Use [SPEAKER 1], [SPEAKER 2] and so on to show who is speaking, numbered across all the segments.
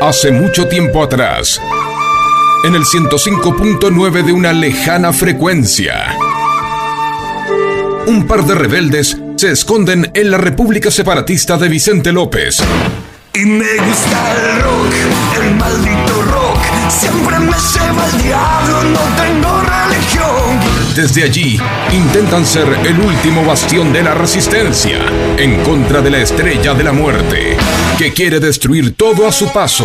[SPEAKER 1] Hace mucho tiempo atrás, en el 105.9 de una lejana frecuencia, un par de rebeldes se esconden en la República Separatista de Vicente López.
[SPEAKER 2] Y me gusta el rock, el maldito rock. Siempre me lleva el diablo, no tengo religión.
[SPEAKER 1] Desde allí, intentan ser el último bastión de la resistencia en contra de la estrella de la muerte, que quiere destruir todo a su paso,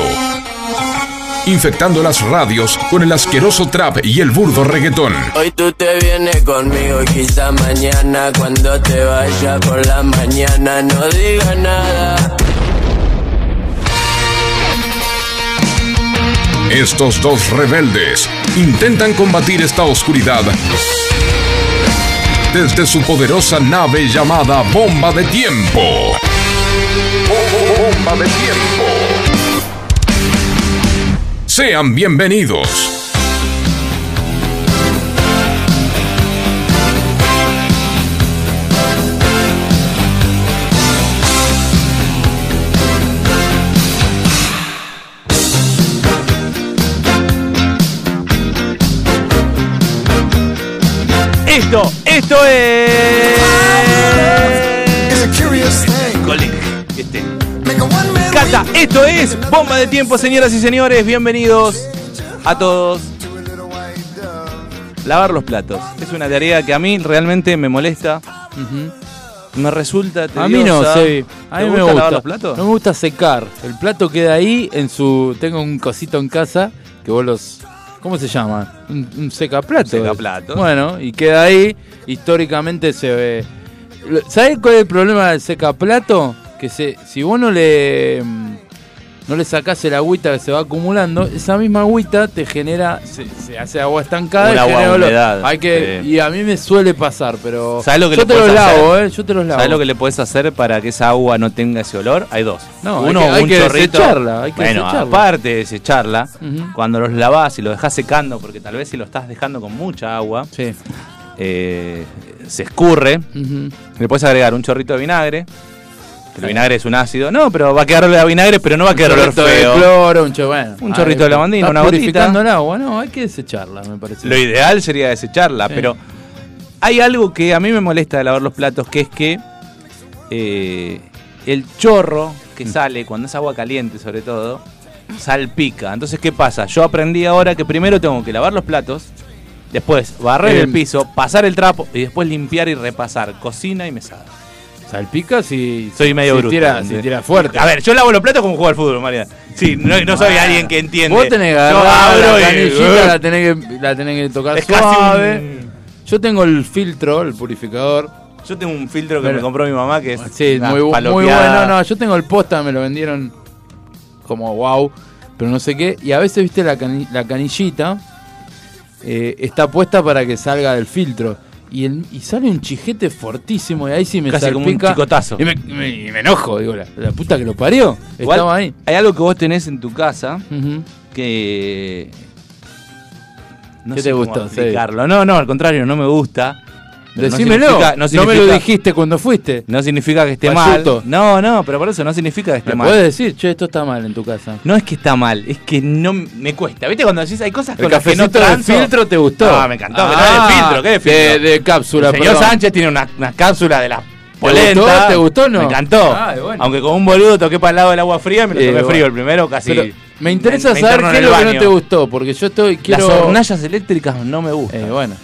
[SPEAKER 1] infectando las radios con el asqueroso trap y el burdo reggaetón.
[SPEAKER 3] Hoy tú te vienes conmigo y quizá mañana cuando te vaya por la mañana no diga nada.
[SPEAKER 1] Estos dos rebeldes intentan combatir esta oscuridad desde su poderosa nave llamada Bomba de Tiempo. Bomba de Tiempo. Sean bienvenidos.
[SPEAKER 4] Esto, esto es. Cole- este. Cata, esto es Bomba de Tiempo, señoras y señores. Bienvenidos a todos. Lavar los platos. Es una tarea que a mí realmente me molesta. Me resulta tediosa.
[SPEAKER 5] A mí no, sí. A
[SPEAKER 4] ¿Te
[SPEAKER 5] mí
[SPEAKER 4] gusta
[SPEAKER 5] me gusta.
[SPEAKER 4] lavar los platos?
[SPEAKER 5] No me gusta secar. El plato queda ahí en su. Tengo un cosito en casa que vos los. ¿Cómo se llama? Un, un secaplato.
[SPEAKER 4] secaplato.
[SPEAKER 5] Bueno, y queda ahí. Históricamente se ve. Lo- ¿Sabés cuál es el problema del secaplato? Que se, si vos no le. mm, No le sacás el agüita que se va acumulando, esa misma agüita te genera. Se, se hace agua estancada
[SPEAKER 4] Un
[SPEAKER 5] y
[SPEAKER 4] agua
[SPEAKER 5] genera olor.
[SPEAKER 4] humedad,
[SPEAKER 5] Hay que,
[SPEAKER 4] sí.
[SPEAKER 5] Y a mí me suele pasar, pero.
[SPEAKER 4] ¿Sabés lo que
[SPEAKER 5] yo
[SPEAKER 4] le
[SPEAKER 5] te los
[SPEAKER 4] podés hacer?
[SPEAKER 5] lavo, ¿eh? Yo te los lavo.
[SPEAKER 4] ¿Sabes lo que le podés hacer para que esa agua no tenga ese olor? Hay dos.
[SPEAKER 5] No, hay
[SPEAKER 4] Uno,
[SPEAKER 5] que- hay
[SPEAKER 4] un
[SPEAKER 5] que
[SPEAKER 4] chorrito.
[SPEAKER 5] desecharla, hay que
[SPEAKER 4] bueno,
[SPEAKER 5] desecharla.
[SPEAKER 4] aparte de desecharla,
[SPEAKER 5] Ujú.
[SPEAKER 4] cuando los lavás y los dejás secando, porque tal vez si lo estás dejando con mucha agua,
[SPEAKER 5] Sí.
[SPEAKER 4] eh, se escurre. Le podés agregar un chorrito de vinagre. que El vinagre es un ácido. No, pero va a quedar olor a vinagre, pero no va a quedar olor
[SPEAKER 5] chorrito de
[SPEAKER 4] feo.
[SPEAKER 5] cloro, un, cho- bueno,
[SPEAKER 4] Un chorrito de lavandina,
[SPEAKER 5] estás
[SPEAKER 4] una gotita.
[SPEAKER 5] Ah, purificando el agua, no, hay que desecharla, me parece.
[SPEAKER 4] Lo ideal sería desecharla,
[SPEAKER 5] Sí.
[SPEAKER 4] pero hay algo que a mí me molesta de lavar los platos, que es que eh, el chorro que
[SPEAKER 5] Mm.
[SPEAKER 4] sale cuando es agua caliente, sobre todo, salpica. Entonces, ¿qué pasa? Yo aprendí ahora que primero tengo que lavar los platos, después barrer
[SPEAKER 5] Eh.
[SPEAKER 4] el piso, pasar el trapo y después limpiar y repasar cocina y mesada.
[SPEAKER 5] Salpica si
[SPEAKER 4] Soy medio
[SPEAKER 5] si
[SPEAKER 4] bruto.
[SPEAKER 5] Tira,
[SPEAKER 4] ¿entendés?
[SPEAKER 5] si tira fuerte.
[SPEAKER 4] A ver, yo lavo los platos como jugar al fútbol, María. Sí, no, no soy
[SPEAKER 5] Ah.
[SPEAKER 4] alguien que entiende.
[SPEAKER 5] Vos tenés que
[SPEAKER 4] Yo
[SPEAKER 5] agarrar
[SPEAKER 4] abro y-
[SPEAKER 5] la canillita, la tenés que, la tenés que tocar
[SPEAKER 4] Es casi
[SPEAKER 5] suave.
[SPEAKER 4] un-
[SPEAKER 5] Yo tengo el filtro, el purificador.
[SPEAKER 4] Yo tengo un filtro que
[SPEAKER 5] Pero-
[SPEAKER 4] me compró mi mamá que es
[SPEAKER 5] Sí,
[SPEAKER 4] una
[SPEAKER 5] muy, bu- muy
[SPEAKER 4] palopeada.
[SPEAKER 5] bueno. No, yo tengo el posta, me lo vendieron como wow, pero no sé qué. Y a veces, viste, la, cani- la canillita eh, está puesta para que salga del filtro. Y, el- y sale un chijete fortísimo y ahí sí me
[SPEAKER 4] Casi como un
[SPEAKER 5] salpica.
[SPEAKER 4] chicotazo.
[SPEAKER 5] Y me, me- y me enojo, digo, la, la puta que lo parió.
[SPEAKER 4] Igual,
[SPEAKER 5] Estaba ahí.
[SPEAKER 4] Hay algo que vos tenés en tu casa
[SPEAKER 5] Ujú.
[SPEAKER 4] que no
[SPEAKER 5] ¿Qué
[SPEAKER 4] sé
[SPEAKER 5] te
[SPEAKER 4] cómo
[SPEAKER 5] gustó? Sí.
[SPEAKER 4] explicarlo. No, no, al contrario, no me gusta. Pero no
[SPEAKER 5] Decímelo.
[SPEAKER 4] significa-
[SPEAKER 5] No, me
[SPEAKER 4] significa-
[SPEAKER 5] lo dijiste cuando fuiste.
[SPEAKER 4] No significa que esté
[SPEAKER 5] Falluto.
[SPEAKER 4] mal. No, no, pero por eso no significa que esté
[SPEAKER 5] Me
[SPEAKER 4] mal.
[SPEAKER 5] puedes decir, che, esto está mal en tu casa.
[SPEAKER 4] No es que está mal, es que no m- me cuesta. ¿Viste cuando decís hay cosas
[SPEAKER 5] El
[SPEAKER 4] con las que no
[SPEAKER 5] cafecito del
[SPEAKER 4] transo?
[SPEAKER 5] filtro te gustó.
[SPEAKER 4] Ah, me encantó. que
[SPEAKER 5] Ah,
[SPEAKER 4] no es de filtro, ¿qué es de
[SPEAKER 5] de-
[SPEAKER 4] filtro?
[SPEAKER 5] de cápsula,
[SPEAKER 4] El señor
[SPEAKER 5] perdón.
[SPEAKER 4] Sánchez tiene unas unas cápsulas de las
[SPEAKER 5] gustó?
[SPEAKER 4] polenta.
[SPEAKER 5] ¿Te gustó o no?
[SPEAKER 4] Me encantó.
[SPEAKER 5] Ah, bueno.
[SPEAKER 4] Aunque con un boludo toqué para el lado del agua fría, me lo
[SPEAKER 5] Eh,
[SPEAKER 4] toqué
[SPEAKER 5] bueno.
[SPEAKER 4] frío el primero casi.
[SPEAKER 5] Pero me interesa
[SPEAKER 4] me
[SPEAKER 5] saber
[SPEAKER 4] interno en
[SPEAKER 5] qué es
[SPEAKER 4] el
[SPEAKER 5] lo que no
[SPEAKER 4] baño.
[SPEAKER 5] te gustó, porque yo estoy quiero.
[SPEAKER 4] Las hornallas eléctricas no me gustan.
[SPEAKER 5] Eh, bueno,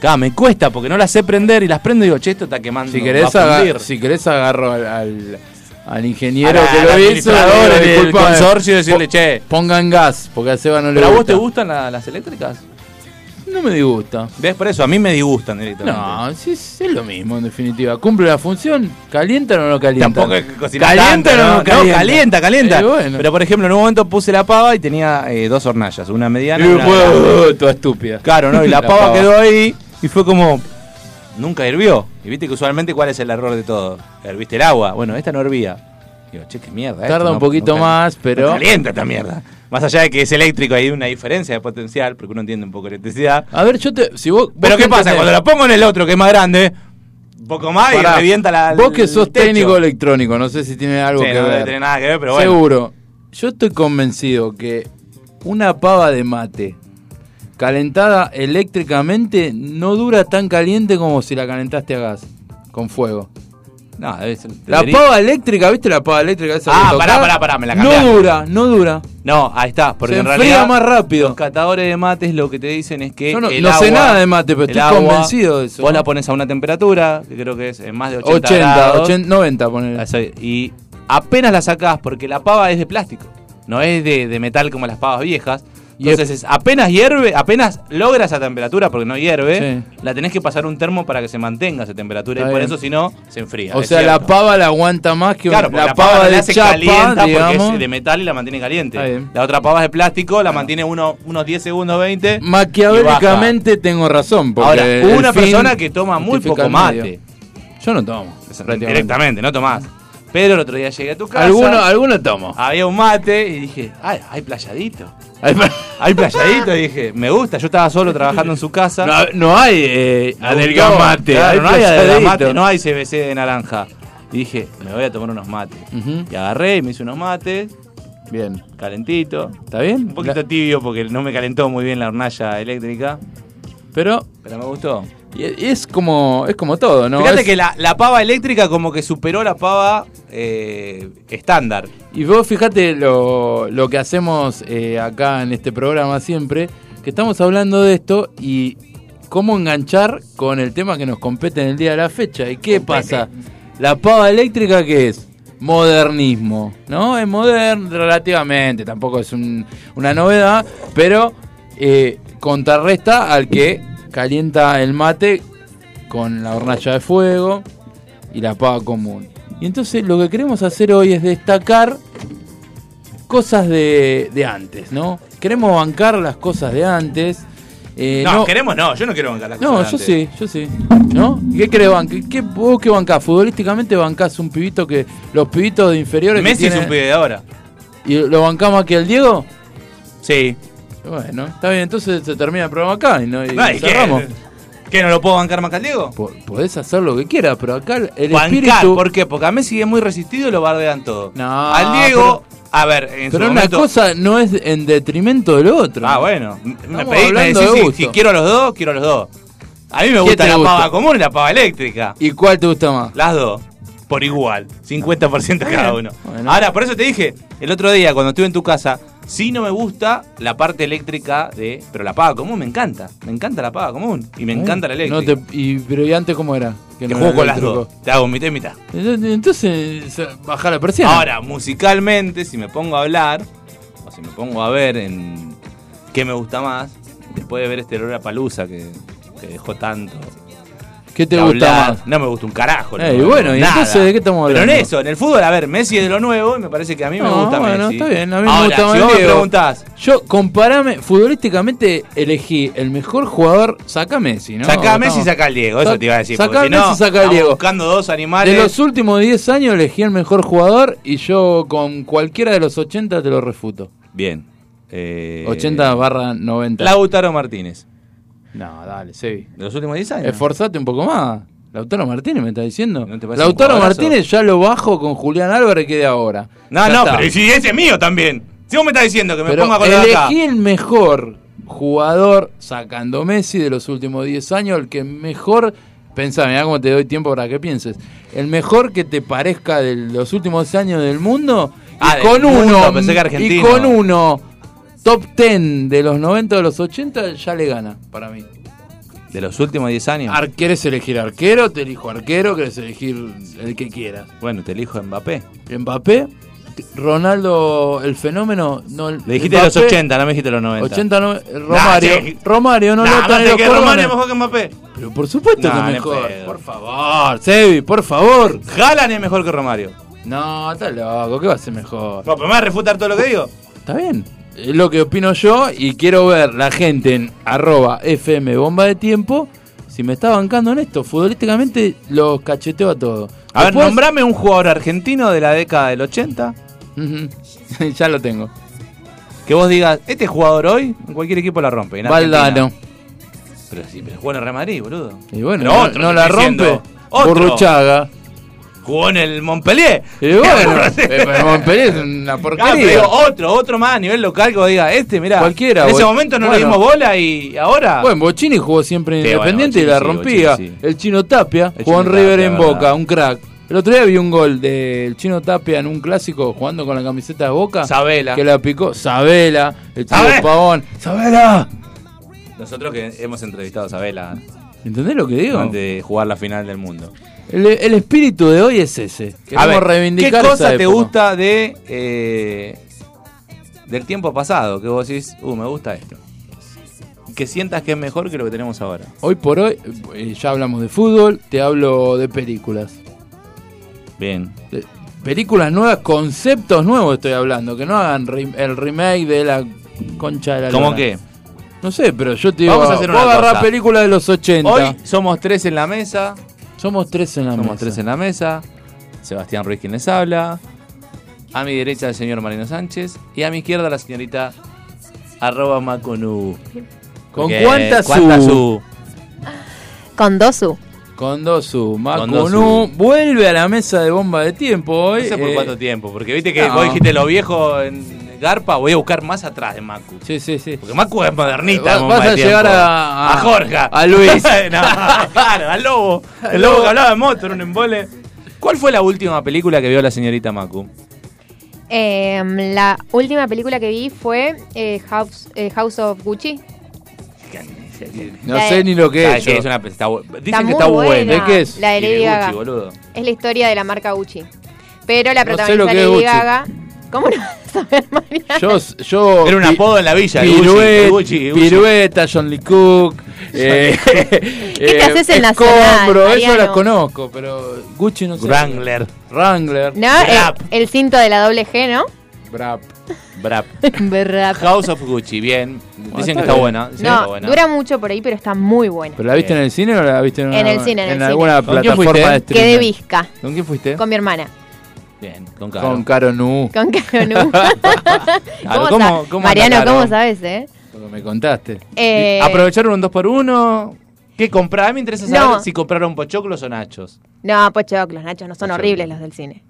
[SPEAKER 4] Claro, me cuesta porque no las sé prender y las prendo y digo, che, esto está quemando.
[SPEAKER 5] si querés,
[SPEAKER 4] va a
[SPEAKER 5] aga-
[SPEAKER 4] fundir".
[SPEAKER 5] si querés agarro al, al, al ingeniero
[SPEAKER 4] Al-
[SPEAKER 5] que
[SPEAKER 4] al
[SPEAKER 5] lo hizo,
[SPEAKER 4] administrador,
[SPEAKER 5] le digo,
[SPEAKER 4] el
[SPEAKER 5] "Disculpa,
[SPEAKER 4] consorcio, decirle,
[SPEAKER 5] po-
[SPEAKER 4] che".
[SPEAKER 5] Pongan gas, porque a Seba no le
[SPEAKER 4] ¿Pero a vos
[SPEAKER 5] gusta.
[SPEAKER 4] te gustan la- las eléctricas?
[SPEAKER 5] No me disgusta.
[SPEAKER 4] ¿Ves? Por eso, a mí me disgustan directamente.
[SPEAKER 5] No, sí, sí, es lo mismo en definitiva. ¿Cumple la función? ¿Calientan o no calientan?
[SPEAKER 4] Tampoco es que cocina
[SPEAKER 5] ¿Calientan
[SPEAKER 4] tanto,
[SPEAKER 5] o no, calientan?
[SPEAKER 4] calienta, calienta.
[SPEAKER 5] Eh, bueno.
[SPEAKER 4] Pero por ejemplo, en un momento puse la pava y tenía eh, dos hornallas, una mediana y
[SPEAKER 5] Eh,
[SPEAKER 4] una grande.
[SPEAKER 5] bueno, toda estúpida.
[SPEAKER 4] Claro, ¿no? Y la,
[SPEAKER 5] La
[SPEAKER 4] pava,
[SPEAKER 5] pava.
[SPEAKER 4] quedó ahí y fue como. Nunca hirvió. Y viste que usualmente, ¿cuál es el error de todo? Herviste el agua. Bueno, esta no hervía. Digo, che, qué mierda. esto
[SPEAKER 5] Tarda un
[SPEAKER 4] no-
[SPEAKER 5] poquito
[SPEAKER 4] no cal-
[SPEAKER 5] más, pero-
[SPEAKER 4] no calienta esta mierda. Más allá de que es eléctrico, hay una diferencia de potencial, porque uno entiende un poco de electricidad.
[SPEAKER 5] A ver, yo te. Si vos, vos
[SPEAKER 4] Pero,
[SPEAKER 5] que
[SPEAKER 4] ¿qué pasa?
[SPEAKER 5] entendés-
[SPEAKER 4] Cuando la pongo en el otro, que es más grande, un poco más
[SPEAKER 5] Pará,
[SPEAKER 4] y revienta la.
[SPEAKER 5] Vos que
[SPEAKER 4] el
[SPEAKER 5] sos
[SPEAKER 4] techo.
[SPEAKER 5] técnico electrónico, no sé si tiene algo
[SPEAKER 4] Sí,
[SPEAKER 5] que
[SPEAKER 4] no debe
[SPEAKER 5] ver.
[SPEAKER 4] tener nada que ver, pero bueno.
[SPEAKER 5] Seguro. yo estoy convencido que una pava de mate calentada eléctricamente no dura tan caliente como si la calentaste a gas, con fuego.
[SPEAKER 4] No, debe ser.
[SPEAKER 5] La
[SPEAKER 4] debería-
[SPEAKER 5] pava eléctrica, ¿viste la pava eléctrica? Esa
[SPEAKER 4] Ah,
[SPEAKER 5] que
[SPEAKER 4] pará,
[SPEAKER 5] tocás?
[SPEAKER 4] pará, pará, me la
[SPEAKER 5] No
[SPEAKER 4] cambiaste.
[SPEAKER 5] dura, no dura.
[SPEAKER 4] No, ahí está, porque
[SPEAKER 5] Se
[SPEAKER 4] en
[SPEAKER 5] enfría
[SPEAKER 4] realidad
[SPEAKER 5] más rápido.
[SPEAKER 4] los catadores de mates lo que te dicen es que
[SPEAKER 5] Yo no-
[SPEAKER 4] el
[SPEAKER 5] no sé
[SPEAKER 4] agua-
[SPEAKER 5] nada de mate, pero
[SPEAKER 4] el
[SPEAKER 5] estoy convencido de eso.
[SPEAKER 4] Vos la pones a una temperatura, que creo que es en más de 80,
[SPEAKER 5] 80,
[SPEAKER 4] grados, Ah,
[SPEAKER 5] 80 90 ponele.
[SPEAKER 4] Eso, y apenas la sacás porque la pava es de plástico, no es de, de metal como las pavas viejas.
[SPEAKER 5] Y
[SPEAKER 4] Entonces, es- apenas hierve, apenas logra esa temperatura porque no hierve,
[SPEAKER 5] Sí.
[SPEAKER 4] la tenés que pasar un termo para que se mantenga esa temperatura
[SPEAKER 5] Está
[SPEAKER 4] y por
[SPEAKER 5] bien.
[SPEAKER 4] eso si no se enfría.
[SPEAKER 5] O
[SPEAKER 4] es
[SPEAKER 5] sea, la
[SPEAKER 4] cierto.
[SPEAKER 5] pava la aguanta más que
[SPEAKER 4] Claro,
[SPEAKER 5] la,
[SPEAKER 4] porque la
[SPEAKER 5] pava,
[SPEAKER 4] pava,
[SPEAKER 5] de
[SPEAKER 4] la hace
[SPEAKER 5] chapa,
[SPEAKER 4] calienta porque
[SPEAKER 5] digamos,
[SPEAKER 4] es de metal y la mantiene
[SPEAKER 5] Está
[SPEAKER 4] caliente.
[SPEAKER 5] bien.
[SPEAKER 4] La otra pava es de plástico, la mantiene uno, unos 10 segundos, 20. y
[SPEAKER 5] Maquiavélicamente tengo razón. Mm, Porque
[SPEAKER 4] Ahora,
[SPEAKER 5] el
[SPEAKER 4] hubo una
[SPEAKER 5] fin
[SPEAKER 4] persona que toma muy
[SPEAKER 5] justifica
[SPEAKER 4] poco
[SPEAKER 5] el medio.
[SPEAKER 4] mate.
[SPEAKER 5] Yo no tomo.
[SPEAKER 4] baja.
[SPEAKER 5] prácticamente.
[SPEAKER 4] Directamente, no tomás. Pero el otro día llegué a tu casa.
[SPEAKER 5] Alguno, alguno tomo.
[SPEAKER 4] Había un mate y dije, ay, hay playadito.
[SPEAKER 5] Hay pa-
[SPEAKER 4] Hay playadito, y dije, me gusta. Yo estaba solo trabajando en su casa.
[SPEAKER 5] No, no hay eh,
[SPEAKER 4] Me gustó,
[SPEAKER 5] adelgamate.
[SPEAKER 4] claro, no hay
[SPEAKER 5] plasadito.
[SPEAKER 4] adelgamate, no hay CBC de naranja. Y dije, me voy a tomar unos mates.
[SPEAKER 5] Ujú.
[SPEAKER 4] Y agarré y me hice unos mates,
[SPEAKER 5] Bien.
[SPEAKER 4] calentito.
[SPEAKER 5] ¿Está bien?
[SPEAKER 4] Un poquito
[SPEAKER 5] La-
[SPEAKER 4] tibio porque no me calentó muy bien la hornalla eléctrica,
[SPEAKER 5] pero
[SPEAKER 4] pero me gustó.
[SPEAKER 5] y- y es como es como todo, ¿no?
[SPEAKER 4] Fíjate
[SPEAKER 5] Es-
[SPEAKER 4] que la, la pava eléctrica como que superó la pava eh, estándar.
[SPEAKER 5] Y vos fíjate lo, lo que hacemos eh, acá en este programa siempre, que estamos hablando de esto y cómo enganchar con el tema que nos compete en el día de la fecha. ¿Y qué pasa? La pava eléctrica que es modernismo, ¿no? Es moderno relativamente, tampoco es un- una novedad, pero eh, contrarresta al que calienta el mate con la hornalla de fuego y la paga común. Y entonces lo que queremos hacer hoy es destacar cosas de, de antes, ¿no? Queremos bancar las cosas de antes. eh,
[SPEAKER 4] no, queremos no, yo no quiero bancar las
[SPEAKER 5] no,
[SPEAKER 4] cosas
[SPEAKER 5] yo
[SPEAKER 4] de antes.
[SPEAKER 5] sí, yo sí. ¿No? ¿Y ¿Qué crees, banca? ¿Qué, ¿Vos qué bancás? Futbolísticamente bancás un pibito que. Los pibitos de inferiores. que
[SPEAKER 4] Messi es
[SPEAKER 5] tienen-
[SPEAKER 4] un pibe de ahora.
[SPEAKER 5] ¿Y lo bancamos aquí al Diego?
[SPEAKER 4] Sí.
[SPEAKER 5] Bueno, está bien, entonces se termina el programa acá y, no, y
[SPEAKER 4] Ay,
[SPEAKER 5] cerramos.
[SPEAKER 4] ¿qué? ¿Qué, no lo puedo bancar más que al Diego?
[SPEAKER 5] Po- Podés hacer lo que quieras, pero acá el el
[SPEAKER 4] Bancar,
[SPEAKER 5] espíritu.
[SPEAKER 4] ¿por qué? Porque a Messi es muy resistido y lo bardean todo.
[SPEAKER 5] No,
[SPEAKER 4] al Diego, a ver, en
[SPEAKER 5] Pero
[SPEAKER 4] su
[SPEAKER 5] una
[SPEAKER 4] momento-
[SPEAKER 5] cosa no es en detrimento de lo otro.
[SPEAKER 4] Ah, bueno. M- Me
[SPEAKER 5] Estamos
[SPEAKER 4] pedí, me
[SPEAKER 5] hablando
[SPEAKER 4] decís
[SPEAKER 5] de
[SPEAKER 4] si-
[SPEAKER 5] gusto.
[SPEAKER 4] si, quiero a los dos, quiero a los dos. A mí me gusta
[SPEAKER 5] te
[SPEAKER 4] la
[SPEAKER 5] gusta?
[SPEAKER 4] pava común y la pava eléctrica.
[SPEAKER 5] ¿Y cuál te gusta más?
[SPEAKER 4] Las dos. Por igual. 50% cada uno.
[SPEAKER 5] bueno.
[SPEAKER 4] Ahora, por eso te dije, el otro día cuando estuve en tu casa, sí no me gusta la parte eléctrica de... Pero la paga común me encanta. Me encanta la paga común. Y me encanta la eléctrica.
[SPEAKER 5] No
[SPEAKER 4] te,
[SPEAKER 5] te- y, pero ¿y antes cómo era? Que no
[SPEAKER 4] juego
[SPEAKER 5] era
[SPEAKER 4] con las
[SPEAKER 5] eléctrico.
[SPEAKER 4] dos. Te hago mitad y mitad.
[SPEAKER 5] Entonces, entonces, se- baja la persiana.
[SPEAKER 4] Ahora, musicalmente, si me pongo a hablar, o si me pongo a ver en qué me gusta más, después de ver este olor a palusa que, que dejó tanto.
[SPEAKER 5] ¿Qué te
[SPEAKER 4] de
[SPEAKER 5] gusta
[SPEAKER 4] hablar,
[SPEAKER 5] más?
[SPEAKER 4] No me gusta un carajo.
[SPEAKER 5] Eh,
[SPEAKER 4] no,
[SPEAKER 5] y bueno,
[SPEAKER 4] no,
[SPEAKER 5] ¿y entonces de qué estamos
[SPEAKER 4] Pero
[SPEAKER 5] hablando?
[SPEAKER 4] en eso, en el fútbol, a ver, Messi es de lo nuevo y me parece que a mí me
[SPEAKER 5] No,
[SPEAKER 4] gusta
[SPEAKER 5] bueno,
[SPEAKER 4] Messi.
[SPEAKER 5] está bien, a mí me
[SPEAKER 4] Ahora,
[SPEAKER 5] gusta más
[SPEAKER 4] si vos me
[SPEAKER 5] Diego.
[SPEAKER 4] preguntás,
[SPEAKER 5] Yo, comparame, futbolísticamente elegí el mejor jugador, saca a Messi, ¿no?
[SPEAKER 4] sacá a Messi y
[SPEAKER 5] Estamos-
[SPEAKER 4] saca al Diego, eso
[SPEAKER 5] Sac-
[SPEAKER 4] te iba a decir.
[SPEAKER 5] sacá
[SPEAKER 4] porque
[SPEAKER 5] a
[SPEAKER 4] si no,
[SPEAKER 5] Messi y saca al
[SPEAKER 4] estamos
[SPEAKER 5] Diego.
[SPEAKER 4] buscando dos animales.
[SPEAKER 5] De los últimos 10 años elegí el mejor jugador y yo con cualquiera de los 80 te lo refuto.
[SPEAKER 4] Bien. Eh,
[SPEAKER 5] 80 barra 90.
[SPEAKER 4] Lautaro Martínez.
[SPEAKER 5] No, dale, Sebi.
[SPEAKER 4] De los últimos 10 años.
[SPEAKER 5] Esforzate un poco más. Lautaro Martínez me está diciendo.
[SPEAKER 4] ¿No te parece
[SPEAKER 5] Lautaro
[SPEAKER 4] un jugadorazo?
[SPEAKER 5] Martínez ya lo bajo con Julián Álvarez que de ahora.
[SPEAKER 4] No,
[SPEAKER 5] Ya
[SPEAKER 4] no,
[SPEAKER 5] está.
[SPEAKER 4] pero si ese es mío también. Si vos me estás diciendo que me
[SPEAKER 5] Pero
[SPEAKER 4] ponga con la de acá.
[SPEAKER 5] elegí el mejor jugador sacando Messi de los últimos 10 años, el que mejor pensá, mirá cómo te doy tiempo para que pienses. El mejor que te parezca de los últimos años del mundo y
[SPEAKER 4] Ah, del
[SPEAKER 5] con
[SPEAKER 4] mundo,
[SPEAKER 5] uno
[SPEAKER 4] pensé que
[SPEAKER 5] y
[SPEAKER 4] argentino.
[SPEAKER 5] con uno top 10 de los 90 de los 80 ya le gana para mí.
[SPEAKER 4] De los últimos 10 años.
[SPEAKER 5] Ar- ¿Quieres elegir arquero? Te elijo arquero, quieres elegir el que quieras.
[SPEAKER 4] bueno, te elijo a Mbappé.
[SPEAKER 5] Mbappé, Ronaldo, el fenómeno. No,
[SPEAKER 4] Le dijiste de los 80, no me dijiste de los 90.
[SPEAKER 5] 80, no, Romario.
[SPEAKER 4] sí.
[SPEAKER 5] Romario, no
[SPEAKER 4] no,
[SPEAKER 5] lo
[SPEAKER 4] no,
[SPEAKER 5] traen
[SPEAKER 4] no,
[SPEAKER 5] los
[SPEAKER 4] que Romario
[SPEAKER 5] cordones.
[SPEAKER 4] es mejor que Mbappé.
[SPEAKER 5] Pero por supuesto
[SPEAKER 4] Nah,
[SPEAKER 5] que
[SPEAKER 4] ni
[SPEAKER 5] es mejor.
[SPEAKER 4] pedo.
[SPEAKER 5] Por favor, Sebi, por favor.
[SPEAKER 4] Haaland es mejor que Romario.
[SPEAKER 5] No, está loco, ¿qué va a ser mejor?
[SPEAKER 4] No, pero me vas a refutar todo lo que digo.
[SPEAKER 5] Está bien. Es lo que opino yo y quiero ver la gente en arroba FM Bomba de Tiempo si me está bancando en esto. Futbolísticamente los cacheteo a todos.
[SPEAKER 4] A ver,
[SPEAKER 5] Después-
[SPEAKER 4] nombrame un jugador argentino de la década del 80
[SPEAKER 5] Ujú. ya lo tengo.
[SPEAKER 4] que vos digas, este jugador hoy en cualquier equipo la rompe. en Argentina.
[SPEAKER 5] Valdano.
[SPEAKER 4] Pero sí, pero juega en el Real Madrid, boludo.
[SPEAKER 5] Y bueno,
[SPEAKER 4] Pero
[SPEAKER 5] no,
[SPEAKER 4] otro
[SPEAKER 5] no
[SPEAKER 4] que
[SPEAKER 5] la
[SPEAKER 4] estoy
[SPEAKER 5] rompe.
[SPEAKER 4] diciendo. Otro.
[SPEAKER 5] Burruchaga.
[SPEAKER 4] jugó en el Montpellier.
[SPEAKER 5] Y bueno, eh, pero Montpellier es una
[SPEAKER 4] Ah, pero
[SPEAKER 5] porquería.
[SPEAKER 4] digo, otro, otro más a nivel local que vos digas, este, mirá.
[SPEAKER 5] Cualquiera,
[SPEAKER 4] En ese
[SPEAKER 5] bol-
[SPEAKER 4] momento no le
[SPEAKER 5] bueno.
[SPEAKER 4] dimos bola y ahora.
[SPEAKER 5] Bueno, Bochini jugó siempre en
[SPEAKER 4] Sí, bueno,
[SPEAKER 5] Independiente y
[SPEAKER 4] Bochini
[SPEAKER 5] la
[SPEAKER 4] sí,
[SPEAKER 5] rompía.
[SPEAKER 4] Bochini sí.
[SPEAKER 5] El Chino Tapia
[SPEAKER 4] El
[SPEAKER 5] jugó en
[SPEAKER 4] Chino
[SPEAKER 5] River
[SPEAKER 4] Tapia,
[SPEAKER 5] en
[SPEAKER 4] verdad.
[SPEAKER 5] Boca, un crack. El otro día vi un gol del Chino Tapia en un clásico jugando con la camiseta de Boca.
[SPEAKER 4] Sabela.
[SPEAKER 5] Que la picó Sabela, el Chino
[SPEAKER 4] Sabela.
[SPEAKER 5] Pavón. ¡Sabela!
[SPEAKER 4] Nosotros que hemos entrevistado a Sabela
[SPEAKER 5] ¿Entendés lo que digo?
[SPEAKER 4] antes de jugar la final del mundo.
[SPEAKER 5] El, el espíritu de hoy es ese. Queremos
[SPEAKER 4] a ver,
[SPEAKER 5] reivindicar
[SPEAKER 4] ¿Qué
[SPEAKER 5] esa
[SPEAKER 4] cosa te
[SPEAKER 5] época.
[SPEAKER 4] gusta de eh, del tiempo pasado? Que vos decís, uh, me gusta esto. Que sientas que es mejor que lo que tenemos ahora.
[SPEAKER 5] Hoy por hoy, eh, ya hablamos de fútbol, te hablo de películas.
[SPEAKER 4] Bien.
[SPEAKER 5] De- películas nuevas, conceptos nuevos estoy hablando. Que no hagan re- el remake de la concha de la
[SPEAKER 4] ¿Cómo
[SPEAKER 5] lora.
[SPEAKER 4] qué?
[SPEAKER 5] No sé, pero yo te digo,
[SPEAKER 4] Vamos a hacer una
[SPEAKER 5] vos agarrás
[SPEAKER 4] cosa.
[SPEAKER 5] películas de los 80.
[SPEAKER 4] Hoy somos tres en la mesa.
[SPEAKER 5] somos tres en la
[SPEAKER 4] Somos
[SPEAKER 5] mesa.
[SPEAKER 4] tres en la mesa. Sebastián Ruiz quien les habla. A mi derecha el señor Marino Sánchez. Y a mi izquierda la señorita arroba Maconu.
[SPEAKER 5] ¿Con
[SPEAKER 4] Porque-
[SPEAKER 5] cuántas
[SPEAKER 4] cuántas
[SPEAKER 5] U?
[SPEAKER 4] U?
[SPEAKER 6] Con dos U.
[SPEAKER 5] Con dos U.
[SPEAKER 4] Con
[SPEAKER 5] Macunú
[SPEAKER 4] dos
[SPEAKER 5] vuelve a la mesa de bomba de tiempo hoy.
[SPEAKER 4] No sé por
[SPEAKER 5] eh,
[SPEAKER 4] cuánto tiempo, porque viste que
[SPEAKER 5] no.
[SPEAKER 4] vos dijiste lo viejo en Garpa, voy a buscar más atrás de Macu.
[SPEAKER 5] Sí, sí, sí.
[SPEAKER 4] Porque Macu es modernita.
[SPEAKER 5] Vas-
[SPEAKER 4] bomba
[SPEAKER 5] vas
[SPEAKER 4] de
[SPEAKER 5] a
[SPEAKER 4] tiempo.
[SPEAKER 5] llegar a-
[SPEAKER 4] A Jorge.
[SPEAKER 5] a Luis.
[SPEAKER 4] No, claro, al lobo. El lobo que hablaba de moto, era un embole. ¿Cuál fue la última película que vio la señorita Macu?
[SPEAKER 6] Eh, la última película que vi fue eh, House, eh, House of Gucci.
[SPEAKER 5] No
[SPEAKER 6] La
[SPEAKER 5] sé
[SPEAKER 6] de-
[SPEAKER 5] ni lo que
[SPEAKER 4] Ah,
[SPEAKER 5] es.
[SPEAKER 4] que es
[SPEAKER 5] eso.
[SPEAKER 4] una- está bu- dicen
[SPEAKER 6] Está
[SPEAKER 4] que
[SPEAKER 6] muy
[SPEAKER 4] está buena.
[SPEAKER 6] buena.
[SPEAKER 5] ¿De qué es?
[SPEAKER 6] La de
[SPEAKER 4] Y de
[SPEAKER 6] Lady Gaga.
[SPEAKER 4] Gucci, boludo.
[SPEAKER 6] Es la historia de la marca Gucci. Pero
[SPEAKER 5] No
[SPEAKER 6] la
[SPEAKER 5] sé
[SPEAKER 6] protagonista
[SPEAKER 5] lo que es
[SPEAKER 6] Lady
[SPEAKER 5] Gucci.
[SPEAKER 6] Gaga. ¿Cómo no vas a saber, María?
[SPEAKER 5] Yo, yo
[SPEAKER 4] Era un
[SPEAKER 5] pi-
[SPEAKER 4] apodo en la villa. el
[SPEAKER 5] Pirueta,
[SPEAKER 4] el Gucci, el Gucci.
[SPEAKER 5] Pirueta, John Lee Cook. eh,
[SPEAKER 6] te
[SPEAKER 5] eh,
[SPEAKER 6] haces en
[SPEAKER 5] Escombro,
[SPEAKER 6] Nacional,
[SPEAKER 5] eso las
[SPEAKER 6] Mariano?
[SPEAKER 5] conozco, pero Gucci no sé.
[SPEAKER 4] Wrangler.
[SPEAKER 5] Wrangler.
[SPEAKER 6] No, eh,
[SPEAKER 4] Rap.
[SPEAKER 6] el cinto de la doble G, ¿no?
[SPEAKER 5] Brap.
[SPEAKER 4] Brap.
[SPEAKER 6] Verdad.
[SPEAKER 4] House of Gucci, bien. Dicen que
[SPEAKER 5] Ah, está
[SPEAKER 4] está
[SPEAKER 5] bien.
[SPEAKER 4] buena. dicen que está
[SPEAKER 6] No,
[SPEAKER 4] buena.
[SPEAKER 6] dura mucho por ahí, pero está muy buena.
[SPEAKER 5] ¿Pero la viste en el cine o la viste en,
[SPEAKER 6] En
[SPEAKER 5] una-
[SPEAKER 6] el cine, en el cine.
[SPEAKER 5] alguna
[SPEAKER 4] Eh. ¿Con quién
[SPEAKER 5] plataforma
[SPEAKER 4] fuiste?
[SPEAKER 5] de streaming?
[SPEAKER 6] ¿Eh?
[SPEAKER 5] ¿Eh?
[SPEAKER 6] Quedé visca
[SPEAKER 4] ¿Con quién fuiste?
[SPEAKER 6] con mi hermana,
[SPEAKER 4] Bien, con Caro.
[SPEAKER 5] Con Caro Nu.
[SPEAKER 6] con Caronu.
[SPEAKER 4] Claro,
[SPEAKER 6] ¿Cómo
[SPEAKER 4] ¿cómo-
[SPEAKER 6] sa-
[SPEAKER 4] cómo
[SPEAKER 6] Mariano,
[SPEAKER 4] anda
[SPEAKER 6] ¿cómo
[SPEAKER 4] Caro?
[SPEAKER 6] sabes, eh?
[SPEAKER 5] Lo que me contaste.
[SPEAKER 6] Eh,
[SPEAKER 4] ¿Aprovecharon un 2x1? ¿Qué compraron? A mí me interesa saber
[SPEAKER 6] No.
[SPEAKER 4] si compraron pochoclos o nachos.
[SPEAKER 6] No, pochoclos, Nacho, no
[SPEAKER 5] Pues
[SPEAKER 6] son
[SPEAKER 4] Pochoclos.
[SPEAKER 6] horribles los del cine.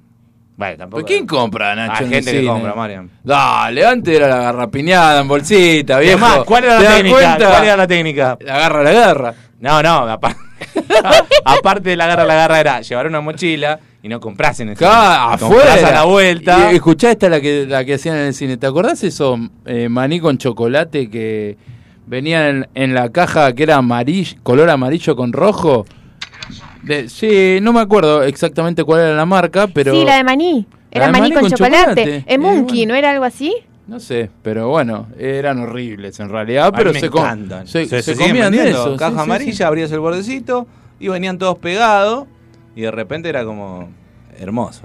[SPEAKER 4] Vale, tampoco.
[SPEAKER 5] quién compra,
[SPEAKER 4] Hay
[SPEAKER 5] Nacho? en el
[SPEAKER 4] Ah, gente que
[SPEAKER 5] cine?
[SPEAKER 4] compra, Marian.
[SPEAKER 5] Dale, antes era la garrapiñada en bolsita,
[SPEAKER 4] Y
[SPEAKER 5] viejo.
[SPEAKER 4] además, ¿cuál era
[SPEAKER 5] ¿Te
[SPEAKER 4] la
[SPEAKER 5] das
[SPEAKER 4] técnica?
[SPEAKER 5] cuenta?
[SPEAKER 4] ¿Cuál era la técnica?
[SPEAKER 5] La garra, la garra.
[SPEAKER 4] No, no, aparte, aparte de la garra, la garra era llevar una mochila y no compras en el cine.
[SPEAKER 5] Acá,
[SPEAKER 4] Comprás
[SPEAKER 5] afuera.
[SPEAKER 4] a la vuelta.
[SPEAKER 5] Y, escuchá esta la que, la que hacían en el cine. ¿Te acordás eso eh, maní con chocolate que venían en, en la caja que era amarillo, color amarillo con rojo? De- sí, no me acuerdo exactamente cuál era la marca, pero
[SPEAKER 6] Sí, la de maní.
[SPEAKER 5] La
[SPEAKER 6] Era
[SPEAKER 5] de
[SPEAKER 6] maní,
[SPEAKER 5] maní
[SPEAKER 6] con,
[SPEAKER 5] con
[SPEAKER 6] chocolate.
[SPEAKER 5] chocolate. Eh,
[SPEAKER 6] Es Monkey,
[SPEAKER 5] bueno.
[SPEAKER 6] ¿no era algo así?
[SPEAKER 5] no sé, pero bueno, eran horribles en realidad,
[SPEAKER 4] A mí
[SPEAKER 5] pero
[SPEAKER 4] me
[SPEAKER 5] se, com-
[SPEAKER 4] encantan.
[SPEAKER 5] se,
[SPEAKER 4] Se-
[SPEAKER 5] se
[SPEAKER 4] se siguen
[SPEAKER 5] comían de
[SPEAKER 4] vendiendo.
[SPEAKER 5] eso.
[SPEAKER 4] Caja
[SPEAKER 5] sí, sí,
[SPEAKER 4] amarilla,
[SPEAKER 5] sí.
[SPEAKER 4] abrías el bordecito y venían todos pegados. Y de repente era como hermoso.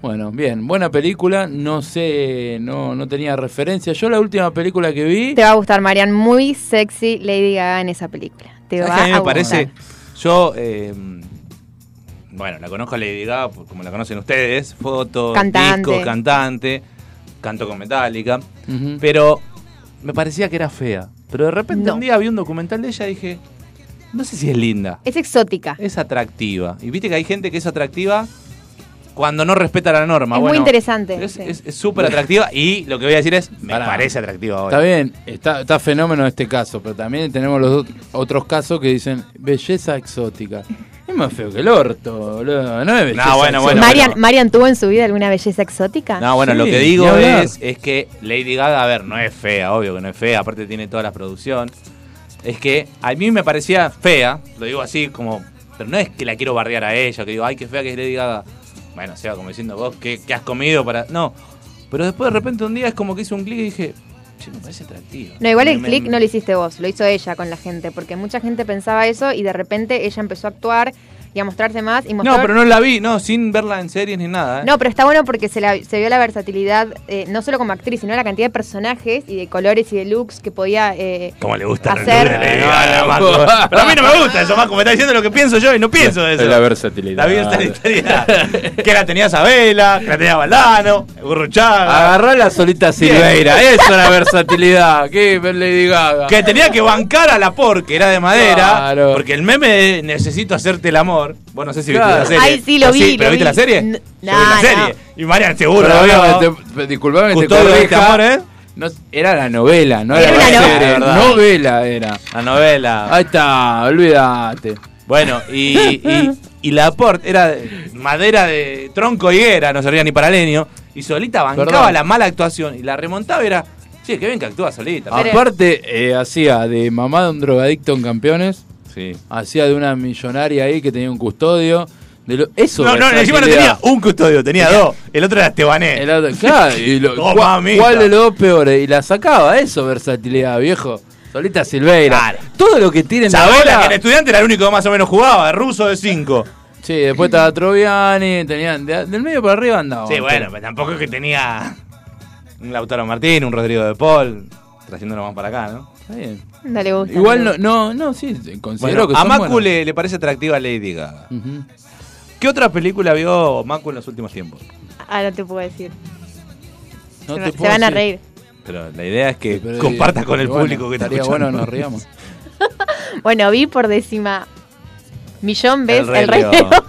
[SPEAKER 5] Bueno, bien, buena película, no sé, no no tenía referencia. Yo la última película que vi
[SPEAKER 6] Te va a gustar, Marian. Muy sexy Lady Gaga en esa película. Te
[SPEAKER 4] ¿Sabes
[SPEAKER 6] va
[SPEAKER 4] que a mí me
[SPEAKER 6] gustar.
[SPEAKER 4] parece. Yo. eh, bueno, la conozco a Lady Gaga, por- como la conocen ustedes. Foto,
[SPEAKER 6] Cantante.
[SPEAKER 4] disco, cantante. Canto con Metallica.
[SPEAKER 5] Ujú.
[SPEAKER 4] Pero me parecía que era fea. Pero de repente
[SPEAKER 6] No.
[SPEAKER 4] un día vi un documental de ella y dije. No sé si es linda.
[SPEAKER 6] Es exótica.
[SPEAKER 4] Es atractiva. Y viste que hay gente que es atractiva cuando no respeta la norma.
[SPEAKER 6] Es muy
[SPEAKER 4] Bueno,
[SPEAKER 6] interesante,
[SPEAKER 4] Es
[SPEAKER 6] sí.
[SPEAKER 4] es- es súper atractiva. Y lo que voy a decir es. Me
[SPEAKER 5] Pará.
[SPEAKER 4] parece atractiva ahora.
[SPEAKER 5] Está bien, está, está fenómeno este caso, pero también tenemos los ot- otros casos que dicen belleza exótica. Es más feo que el orto, boludo. No es belleza
[SPEAKER 4] No, Ah, bueno, bueno,
[SPEAKER 5] exótica.
[SPEAKER 6] Marian, Marian, ¿tuvo en su vida alguna belleza exótica?
[SPEAKER 4] No, bueno,
[SPEAKER 5] Sí,
[SPEAKER 4] lo que
[SPEAKER 5] ni
[SPEAKER 4] digo
[SPEAKER 5] hablar.
[SPEAKER 4] es, es que Lady Gaga, a ver, no es fea, obvio que no es fea, aparte tiene toda la producción. Es que a mí me parecía fea, lo digo así como, pero no es que la quiero bardear a ella, que digo, ay, qué fea que es Lady Gaga. Bueno, sea como diciendo vos, ¿qué, qué has comido para...? No, pero después de repente un día es como que hice un clic y dije, che, me parece atractiva.
[SPEAKER 6] No, igual
[SPEAKER 4] Me-
[SPEAKER 6] el
[SPEAKER 4] me-
[SPEAKER 6] click no lo hiciste vos, lo hizo ella con la gente, porque mucha gente pensaba eso y de repente ella empezó a actuar y a mostrarse más y mostrar...
[SPEAKER 4] No, pero no la vi, no, sin verla en series ni nada. ¿eh?
[SPEAKER 6] No, pero está bueno porque se, la- se vio la versatilidad, eh, no solo como actriz, sino la cantidad de personajes y de colores y de looks que podía... eh,
[SPEAKER 4] ¿Cómo le gusta el
[SPEAKER 6] Hacer-
[SPEAKER 4] look de Lady Gaga, Marco? Pero a mí Ah, no me gusta eso, Marco, me está diciendo lo que pienso yo y no pienso eso. La
[SPEAKER 5] versatilidad.
[SPEAKER 4] versatilidad. que la tenía Sabela, que la tenía Valdano, Gurruchaga.
[SPEAKER 5] Agarrá la solita Silveira, eso es la versatilidad. ¿Qué Lady Gaga?
[SPEAKER 4] Que tenía que bancar a la por, que era de madera.
[SPEAKER 5] Claro.
[SPEAKER 4] Porque el meme de necesito hacerte el amor. amor. Vos no sé si
[SPEAKER 5] Claro.
[SPEAKER 4] viste la serie.
[SPEAKER 6] Ay, sí, lo
[SPEAKER 4] ¿O
[SPEAKER 6] vi,
[SPEAKER 4] ¿Pero viste
[SPEAKER 6] lo vi.
[SPEAKER 4] la serie?
[SPEAKER 6] N-
[SPEAKER 4] Yo vi la
[SPEAKER 6] no,
[SPEAKER 4] serie. Y Marian, seguro.
[SPEAKER 5] Pero,
[SPEAKER 4] ¿no?
[SPEAKER 5] obviamente, te- disculpame que te
[SPEAKER 4] Custodio de este
[SPEAKER 5] corrija.
[SPEAKER 4] amor, ¿eh?
[SPEAKER 5] No, era la novela, no
[SPEAKER 6] Era
[SPEAKER 5] era,
[SPEAKER 6] una
[SPEAKER 5] la
[SPEAKER 6] novela.
[SPEAKER 5] serie,
[SPEAKER 4] La verdad.
[SPEAKER 5] novela era.
[SPEAKER 4] La novela.
[SPEAKER 5] Ahí está, olvídate.
[SPEAKER 4] Bueno, y, y, y la port era de madera de tronco higuera, no servía ni para leño. Y solita bancaba
[SPEAKER 5] Perdón.
[SPEAKER 4] la mala actuación. Y la remontaba y era. Sí, qué bien que actúa solita.
[SPEAKER 6] Pero-
[SPEAKER 5] Aparte, eh, hacía de mamá de un drogadicto en campeones,
[SPEAKER 4] Sí.
[SPEAKER 5] hacía de una millonaria ahí que tenía un custodio. De lo- eso
[SPEAKER 4] No, no, encima no tenía
[SPEAKER 5] versatilidad.
[SPEAKER 4] un custodio, tenía dos. El otro era Estebané.
[SPEAKER 5] El otro- claro, y lo-
[SPEAKER 4] Oh,
[SPEAKER 5] cua-
[SPEAKER 4] mamita.
[SPEAKER 5] ¿Cuál de los dos peores? Y la sacaba, eso, versatilidad, viejo. Solita Silveira.
[SPEAKER 4] Claro.
[SPEAKER 5] Todo lo que tienen
[SPEAKER 4] Sabela, que el estudiante era el único que más o menos jugaba, ruso de 5.
[SPEAKER 5] Sí, después estaba Troviani, tenían de- del medio para arriba andaba.
[SPEAKER 4] Sí, bueno, pero tampoco es que tenía un Lautaro Martín, un Rodrigo de Paul, trayéndolo más para acá, ¿no?
[SPEAKER 5] Está bien.
[SPEAKER 6] No le gusta.
[SPEAKER 5] Igual
[SPEAKER 6] le
[SPEAKER 5] no,
[SPEAKER 6] gusta.
[SPEAKER 5] no, no, sí, considero
[SPEAKER 4] Bueno,
[SPEAKER 5] que
[SPEAKER 4] a
[SPEAKER 5] son
[SPEAKER 4] Macu
[SPEAKER 5] buenos.
[SPEAKER 4] le, le parece atractiva Lady Gaga.
[SPEAKER 5] Ujú.
[SPEAKER 4] ¿Qué otra película vio Macu en los últimos tiempos?
[SPEAKER 6] Ah, no te puedo decir.
[SPEAKER 5] No
[SPEAKER 6] se
[SPEAKER 5] te
[SPEAKER 6] va- se
[SPEAKER 5] puedo
[SPEAKER 6] van a
[SPEAKER 5] decir.
[SPEAKER 6] reír.
[SPEAKER 4] Pero la idea es que
[SPEAKER 5] Sí, pero-
[SPEAKER 4] compartas con el
[SPEAKER 5] pero bueno,
[SPEAKER 4] público que te
[SPEAKER 5] Estaría
[SPEAKER 4] escucha.
[SPEAKER 5] bueno, nos riamos.
[SPEAKER 6] Bueno, vi por décima millón veces el,
[SPEAKER 4] Rey
[SPEAKER 6] rey.
[SPEAKER 4] León.
[SPEAKER 6] León.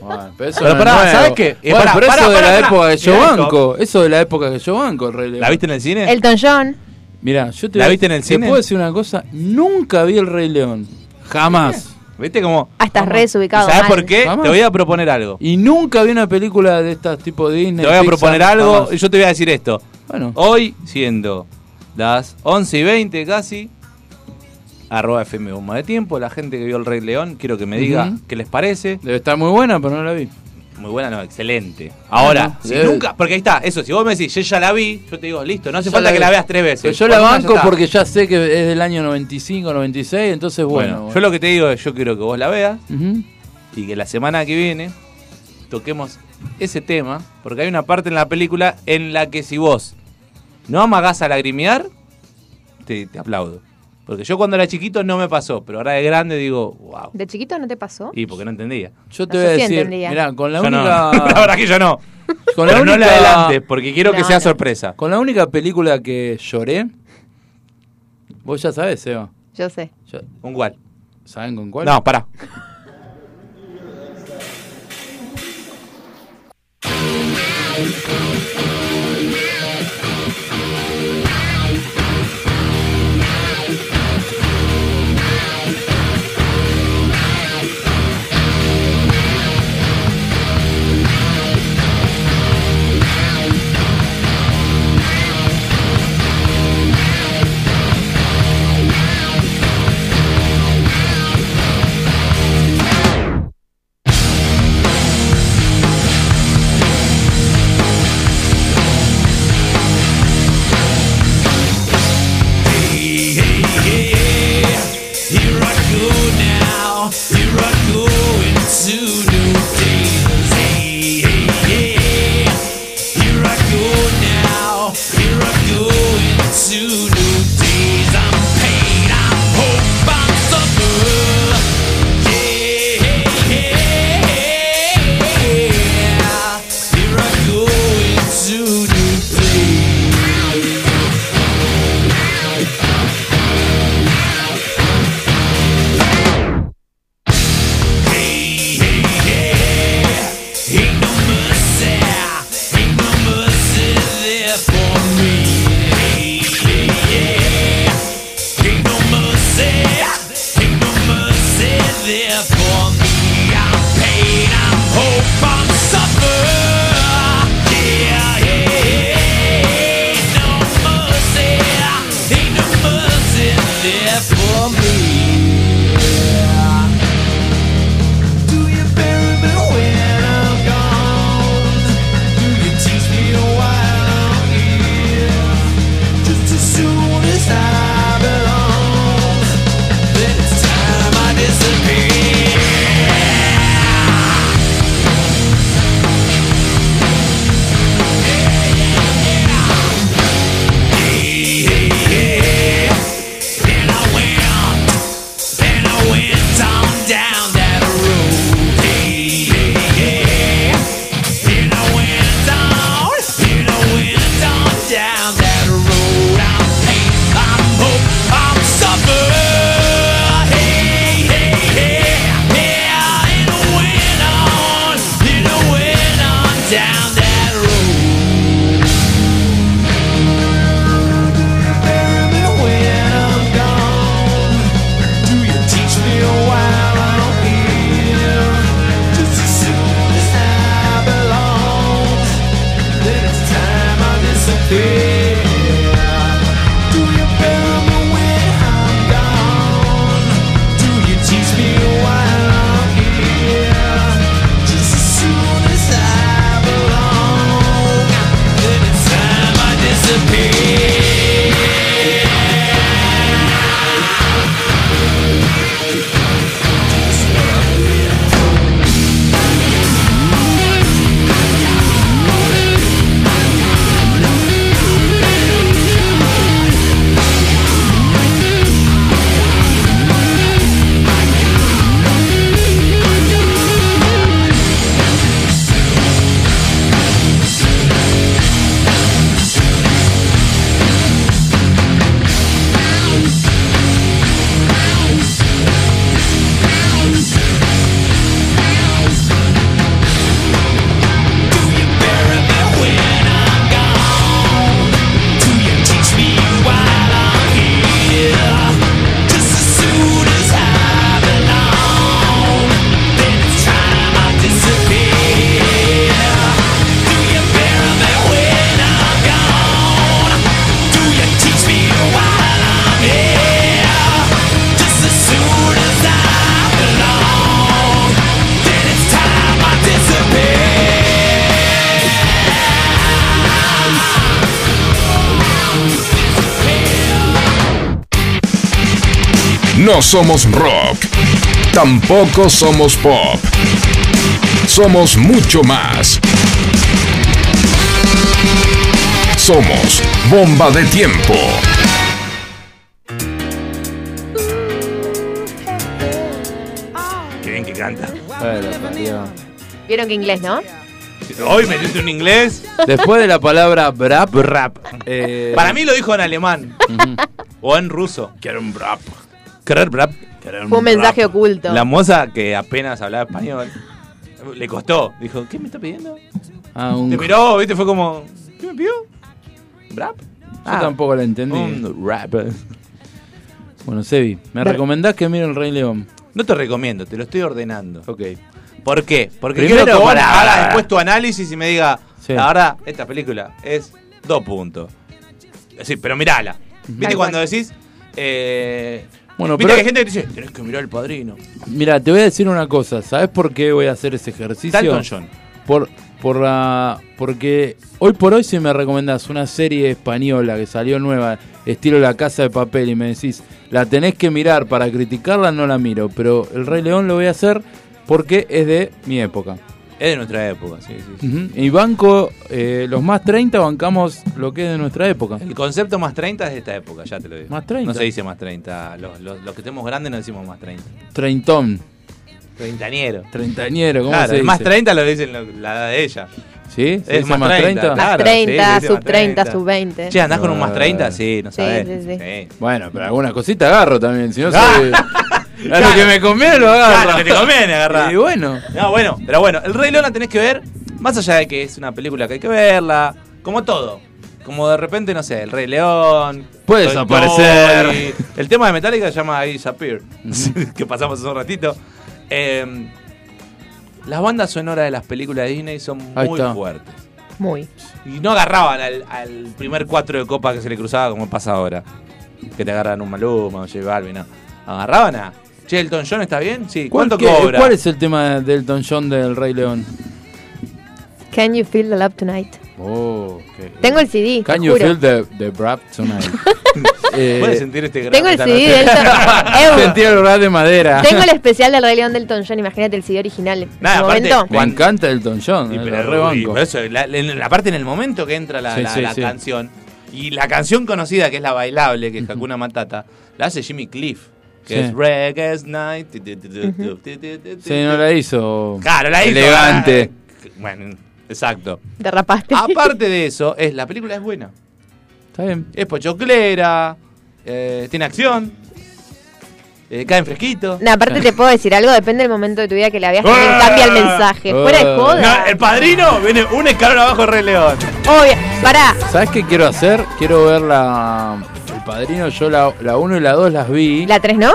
[SPEAKER 5] Bueno, pero eso
[SPEAKER 4] Pero
[SPEAKER 5] no
[SPEAKER 4] pará,
[SPEAKER 5] es nuevo.
[SPEAKER 4] ¿sabés qué? Eh,
[SPEAKER 5] Bueno,
[SPEAKER 4] pará,
[SPEAKER 5] pero eso
[SPEAKER 4] pará,
[SPEAKER 5] de
[SPEAKER 4] pará,
[SPEAKER 5] la
[SPEAKER 4] pará.
[SPEAKER 5] época que yo
[SPEAKER 4] Mirá
[SPEAKER 5] banco. Eso de la época que yo banco, el Rey León.
[SPEAKER 4] ¿La viste en el cine?
[SPEAKER 6] Elton John.
[SPEAKER 5] Mirá, yo te
[SPEAKER 4] ¿La viste en el
[SPEAKER 5] te
[SPEAKER 4] cine?
[SPEAKER 5] puedo decir una cosa. Nunca vi el Rey León. Jamás.
[SPEAKER 4] ¿Viste cómo?
[SPEAKER 6] Ah, estás re desubicado.
[SPEAKER 4] ¿Sabes
[SPEAKER 6] mal.
[SPEAKER 4] por qué?
[SPEAKER 5] Vamos.
[SPEAKER 4] Te voy a proponer algo.
[SPEAKER 5] Y nunca vi una película de estas tipo Disney.
[SPEAKER 4] Te voy a
[SPEAKER 5] Pixar,
[SPEAKER 4] proponer algo
[SPEAKER 5] jamás.
[SPEAKER 4] y yo te voy a decir esto.
[SPEAKER 5] Bueno,
[SPEAKER 4] Hoy, siendo las 11 y 20 casi, arroba FM Bomba de Tiempo, la gente que vio El Rey León, quiero que me diga
[SPEAKER 5] Ujú.
[SPEAKER 4] qué les parece.
[SPEAKER 5] debe estar muy buena, pero no la vi.
[SPEAKER 4] Muy buena, no, excelente. Ahora,
[SPEAKER 5] Bueno, eh.
[SPEAKER 4] si
[SPEAKER 5] debe-
[SPEAKER 4] nunca, porque ahí está, eso, si vos me decís, yo ya la vi, yo te digo, listo, no hace
[SPEAKER 5] Ya
[SPEAKER 4] falta
[SPEAKER 5] la
[SPEAKER 4] que
[SPEAKER 5] vi.
[SPEAKER 4] la veas tres veces.
[SPEAKER 5] Pero yo
[SPEAKER 4] O
[SPEAKER 5] la
[SPEAKER 4] una, ya
[SPEAKER 5] banco
[SPEAKER 4] está.
[SPEAKER 5] porque ya sé que es del año 95, 96, entonces bueno.
[SPEAKER 4] Bueno, yo lo que te digo es, yo quiero que vos la veas
[SPEAKER 5] Ujú.
[SPEAKER 4] y que la semana que viene toquemos ese tema, porque hay una parte en la película en la que si vos no amagás a lagrimear, te, te aplaudo. Porque yo cuando era chiquito no me pasó, pero ahora de grande digo, wow.
[SPEAKER 6] ¿De chiquito no te pasó?
[SPEAKER 4] Y porque no entendía.
[SPEAKER 5] Yo te
[SPEAKER 6] No
[SPEAKER 5] voy a
[SPEAKER 6] sé si
[SPEAKER 5] decir,
[SPEAKER 6] entendía.
[SPEAKER 5] mirá, con la
[SPEAKER 4] Yo no.
[SPEAKER 5] única.
[SPEAKER 4] la verdad que yo no.
[SPEAKER 5] Con la
[SPEAKER 4] Pero no la
[SPEAKER 5] única-
[SPEAKER 4] adelante, porque quiero que
[SPEAKER 6] No,
[SPEAKER 4] sea
[SPEAKER 6] no.
[SPEAKER 4] sorpresa.
[SPEAKER 5] Con la única película que lloré, vos ya sabés, Seba.
[SPEAKER 6] Yo sé.
[SPEAKER 5] Ya-
[SPEAKER 4] ¿Con cuál?
[SPEAKER 5] ¿Saben con cuál?
[SPEAKER 4] No, pará.
[SPEAKER 7] Disappear.
[SPEAKER 1] No somos rock. Tampoco somos pop. Somos mucho más. Somos bomba de tiempo.
[SPEAKER 4] Qué bien que canta.
[SPEAKER 6] Vieron que inglés, ¿no?
[SPEAKER 4] Hoy metiste un inglés.
[SPEAKER 5] Después de la palabra brap,
[SPEAKER 4] Rap.
[SPEAKER 5] eh,
[SPEAKER 4] Para mí lo dijo en alemán. o en ruso. Quiero un rap. Querer rap.
[SPEAKER 6] Fue un mensaje oculto.
[SPEAKER 4] La moza que apenas hablaba español. Le costó. Dijo, ¿qué me está pidiendo?
[SPEAKER 5] ah, un-
[SPEAKER 4] Te
[SPEAKER 5] yo
[SPEAKER 4] miró, viste, fue como. ¿Qué me pidió? ¿Rap? Ah,
[SPEAKER 5] tampoco la entendí.
[SPEAKER 4] Un rap.
[SPEAKER 5] Bueno, Sebi, ¿me recomendás que mire el Rey León?
[SPEAKER 4] No te recomiendo, te lo estoy ordenando.
[SPEAKER 5] Ok.
[SPEAKER 4] ¿Por qué? Porque
[SPEAKER 5] Primero
[SPEAKER 4] quiero que vos
[SPEAKER 5] pará,
[SPEAKER 4] me hagas
[SPEAKER 5] pará.
[SPEAKER 4] después tu análisis y me diga,
[SPEAKER 5] Sí.
[SPEAKER 4] la verdad, esta película es dos puntos. Sí, pero mirala. ¿Viste
[SPEAKER 6] Tal
[SPEAKER 4] cuando
[SPEAKER 6] cual.
[SPEAKER 4] decís? Eh,
[SPEAKER 5] Bueno,
[SPEAKER 4] ¿Viste
[SPEAKER 5] pero-
[SPEAKER 4] que hay gente que dice, tenés que mirar El Padrino?
[SPEAKER 5] Mira, te voy a decir una cosa. ¿Sabes por qué voy a hacer ese ejercicio?
[SPEAKER 4] Dalton John.
[SPEAKER 5] Por, por la, porque hoy por hoy si me recomendás una serie española que salió nueva, estilo La Casa de Papel, y me decís, la tenés que mirar para criticarla, no la miro, pero El Rey León lo voy a hacer porque es de mi época.
[SPEAKER 4] Es de nuestra época, sí, sí. sí.
[SPEAKER 5] Ujú. Y banco, eh, los más 30 bancamos lo que es de nuestra época.
[SPEAKER 4] El concepto más 30 es de esta época, ya te lo digo.
[SPEAKER 5] Más 30.
[SPEAKER 4] No se dice más 30. Los, los- los que tenemos grandes no decimos más 30.
[SPEAKER 5] Treintón,
[SPEAKER 4] Treintaniero.
[SPEAKER 5] treintañero, ¿cómo
[SPEAKER 4] Claro,
[SPEAKER 5] se
[SPEAKER 4] el más
[SPEAKER 5] dice?
[SPEAKER 4] 30 lo dicen lo- la edad de ella.
[SPEAKER 5] ¿Sí? ¿Se
[SPEAKER 4] Es
[SPEAKER 5] dice
[SPEAKER 4] más 30.
[SPEAKER 6] Más
[SPEAKER 4] Claro,
[SPEAKER 6] 30,
[SPEAKER 4] sí, sí, sí,
[SPEAKER 6] sub
[SPEAKER 4] más
[SPEAKER 6] 30,
[SPEAKER 4] 30.
[SPEAKER 6] sub 20.
[SPEAKER 4] Che, ¿andás con un más
[SPEAKER 5] No.
[SPEAKER 4] 30? Sí, no sabés.
[SPEAKER 6] sí, sí.
[SPEAKER 5] Bueno, pero algunas cositas agarro también, si no soy... A lo que me conviene lo agarro.
[SPEAKER 4] Claro, lo que te conviene agarrar.
[SPEAKER 5] Y bueno.
[SPEAKER 4] No, bueno, pero bueno, El Rey León la tenés que ver, más allá de que es una película que hay que verla, como todo. Como de repente, no sé, El Rey León.
[SPEAKER 5] Puede
[SPEAKER 4] Toy
[SPEAKER 5] desaparecer.
[SPEAKER 4] Story. El tema de Metallica se llama I Sapir, que pasamos hace un ratito. Eh, las bandas sonoras de las películas de Disney son
[SPEAKER 5] Ahí
[SPEAKER 4] muy
[SPEAKER 5] está.
[SPEAKER 4] fuertes.
[SPEAKER 6] Muy.
[SPEAKER 4] Y no agarraban al, al primer cuatro de copa que se le cruzaba como pasa ahora. Que te agarran un Maluma, un J Balvin, no. Agarraban a... Che, Elton John está bien? Sí. ¿Cuánto
[SPEAKER 5] ¿Cuál que-
[SPEAKER 4] cobra?
[SPEAKER 5] ¿Cuál es el tema de Elton John del Rey León?
[SPEAKER 6] Can you feel the love tonight?
[SPEAKER 5] Oh, qué-
[SPEAKER 6] Tengo el CD. te
[SPEAKER 5] Can you
[SPEAKER 6] juro.
[SPEAKER 5] feel the, the rap tonight? Eh,
[SPEAKER 4] ¿Puedes sentir este gran
[SPEAKER 6] Tengo el
[SPEAKER 4] esta
[SPEAKER 6] CD de
[SPEAKER 4] noche?
[SPEAKER 6] Elton Ew.
[SPEAKER 5] sentí el rap de madera.
[SPEAKER 6] Tengo el especial del Rey León del Elton John, imagínate el CD original.
[SPEAKER 4] Nada,
[SPEAKER 6] De
[SPEAKER 4] aparte-
[SPEAKER 6] momento.
[SPEAKER 5] Me encanta Elton John, eh,
[SPEAKER 4] Y
[SPEAKER 5] lo
[SPEAKER 4] pero- y
[SPEAKER 5] rebanco.
[SPEAKER 4] pero eso, la, la- la parte en el momento que entra la,
[SPEAKER 5] Sí,
[SPEAKER 4] la-
[SPEAKER 5] sí,
[SPEAKER 4] la
[SPEAKER 5] sí.
[SPEAKER 4] canción. Y la canción conocida, que es la bailable, que es Hakuna Matata, la hace Jimmy Cliff. Que
[SPEAKER 5] Sí.
[SPEAKER 4] es Reggae's Night. tu, tu, tu, tu, tu, tu, tu, tu,
[SPEAKER 5] Sí, no la hizo.
[SPEAKER 4] Claro, la hizo. eh. Ah,
[SPEAKER 5] Elegante.
[SPEAKER 4] Bueno, exacto.
[SPEAKER 6] Derrapaste.
[SPEAKER 4] Aparte de eso, es la película es buena.
[SPEAKER 5] Está bien.
[SPEAKER 4] Es pochoclera, eh, tiene acción, eh, caen fresquito.
[SPEAKER 6] No, aparte te puedo decir algo, depende del momento de tu vida que la veas, también
[SPEAKER 4] Ah.
[SPEAKER 6] cambia el mensaje. Fuera de
[SPEAKER 5] Ah.
[SPEAKER 6] joda.
[SPEAKER 4] No, el padrino viene un escalón abajo de Rey León.
[SPEAKER 6] Obvio. Pará.
[SPEAKER 5] ¿Sabes qué quiero hacer? Quiero ver la. El padrino, yo la 1 y la 2 las vi.
[SPEAKER 6] ¿La 3 no?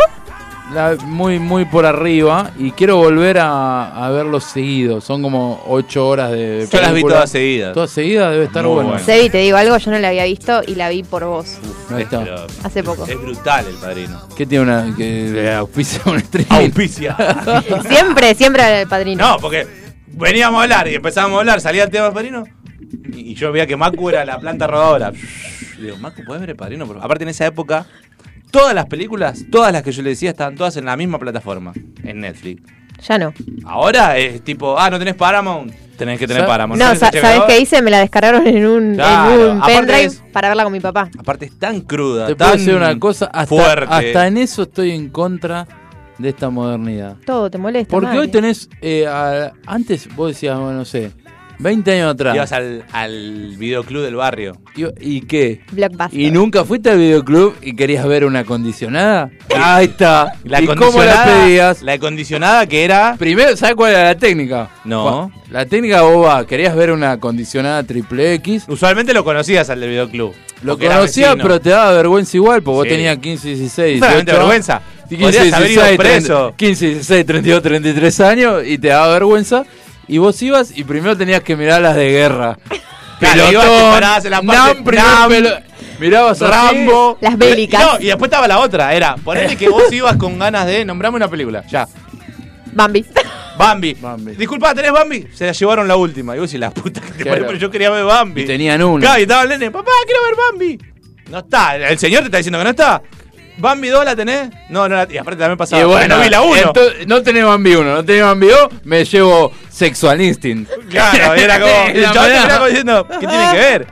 [SPEAKER 5] la- muy, muy por arriba. Y quiero volver a, a verlos seguidos. Son como 8 horas de.
[SPEAKER 4] Yo las vi
[SPEAKER 5] película.
[SPEAKER 4] todas seguidas.
[SPEAKER 5] Todas seguidas debe estar
[SPEAKER 4] Muy
[SPEAKER 5] bueno.
[SPEAKER 4] bueno.
[SPEAKER 6] Sebi, te digo algo, yo no la había visto y la vi por vos.
[SPEAKER 5] Ahí está.
[SPEAKER 4] Pero
[SPEAKER 6] Hace poco.
[SPEAKER 4] Es brutal el padrino.
[SPEAKER 5] ¿Qué tiene una que le auspicia un streaming?
[SPEAKER 4] Auspicia.
[SPEAKER 6] Siempre, siempre era el padrino.
[SPEAKER 4] no, porque veníamos a hablar y empezábamos a hablar, salía el tema del padrino. Y y yo veía que Macu era la planta rodadora. Y digo, Macu, ¿puedes ver el padrino? por favor? Aparte, en esa época, todas las películas, todas las que yo le decía, estaban todas en la misma plataforma, en Netflix.
[SPEAKER 6] Ya no.
[SPEAKER 4] Ahora es tipo, ah, no tenés Paramount, tenés que tener
[SPEAKER 5] Sa-
[SPEAKER 4] Paramount.
[SPEAKER 6] No,
[SPEAKER 4] tenés
[SPEAKER 6] sa-
[SPEAKER 4] HBO.
[SPEAKER 6] ¿sabes qué hice? Me la descargaron en un,
[SPEAKER 4] Claro,
[SPEAKER 6] en un
[SPEAKER 4] aparte
[SPEAKER 6] pendrive
[SPEAKER 4] es-
[SPEAKER 6] para verla con mi papá.
[SPEAKER 4] Aparte es tan cruda,
[SPEAKER 5] Te puedo
[SPEAKER 4] tan
[SPEAKER 5] decir una cosa, hasta,
[SPEAKER 4] fuerte.
[SPEAKER 5] hasta en eso estoy en contra de esta modernidad.
[SPEAKER 6] Todo te molesta.
[SPEAKER 5] Porque
[SPEAKER 6] madre.
[SPEAKER 5] hoy tenés, eh, a- antes vos decías, bueno, no sé, 20 años
[SPEAKER 4] Ibas
[SPEAKER 5] atrás,
[SPEAKER 4] al, al videoclub del barrio.
[SPEAKER 5] y, y qué?
[SPEAKER 6] Blockbuster.
[SPEAKER 5] ¿Y nunca fuiste al videoclub y querías ver una acondicionada? Ahí está.
[SPEAKER 4] La
[SPEAKER 5] ¿Y cómo la
[SPEAKER 4] acondicionada-
[SPEAKER 5] pedías?
[SPEAKER 4] La acondicionada que era.
[SPEAKER 5] Primero, ¿sabes cuál era la técnica?
[SPEAKER 4] No.
[SPEAKER 5] Cu- La técnica boba, querías ver una acondicionada triple X,
[SPEAKER 4] Usualmente lo conocías al del videoclub.
[SPEAKER 5] Lo
[SPEAKER 4] porque era
[SPEAKER 5] conocía,
[SPEAKER 4] vecino.
[SPEAKER 5] pero te daba vergüenza igual, porque vos
[SPEAKER 4] Sí.
[SPEAKER 5] tenías 15, 16,
[SPEAKER 4] Solamente
[SPEAKER 5] 18.
[SPEAKER 4] vergüenza.
[SPEAKER 5] Sí,
[SPEAKER 4] Podrías haber ido
[SPEAKER 5] 16,
[SPEAKER 4] preso.
[SPEAKER 5] 15, 16, 32, 33 años y te daba vergüenza. Y vos ibas y primero tenías que mirar las de guerra.
[SPEAKER 4] Claro, ibas, te parabas en la parte,
[SPEAKER 5] Nam, primer
[SPEAKER 4] Nam,
[SPEAKER 5] pelo- mirabas así.
[SPEAKER 4] Rambo.
[SPEAKER 6] Las bélicas.
[SPEAKER 4] No, y después estaba la otra. Era, ponete que vos ibas con ganas de. Nombrame una película. Ya.
[SPEAKER 6] Bambi.
[SPEAKER 4] Bambi.
[SPEAKER 5] Bambi.
[SPEAKER 4] Disculpa, ¿tenés Bambi? Se la llevaron la última. Y vos decís, la puta que te
[SPEAKER 5] Claro.
[SPEAKER 4] parió, pero yo quería ver Bambi.
[SPEAKER 5] Y tenían una.
[SPEAKER 4] Claro, y estaba el nene, papá, quiero ver Bambi. No está, el señor te está diciendo que no está. ¿Bambi 2 la tenés? No, no la Y aparte también pasaba.
[SPEAKER 5] Y bueno,
[SPEAKER 4] no vi la 1.
[SPEAKER 5] ento- no tenés Bambi 1, no tenés Bambi 2, me llevo Sexual Instinct.
[SPEAKER 4] Claro, era como.
[SPEAKER 5] Sí,
[SPEAKER 4] El
[SPEAKER 5] la
[SPEAKER 4] chabón
[SPEAKER 5] verdad.
[SPEAKER 4] terminaba como diciendo, ¿qué tiene que ver?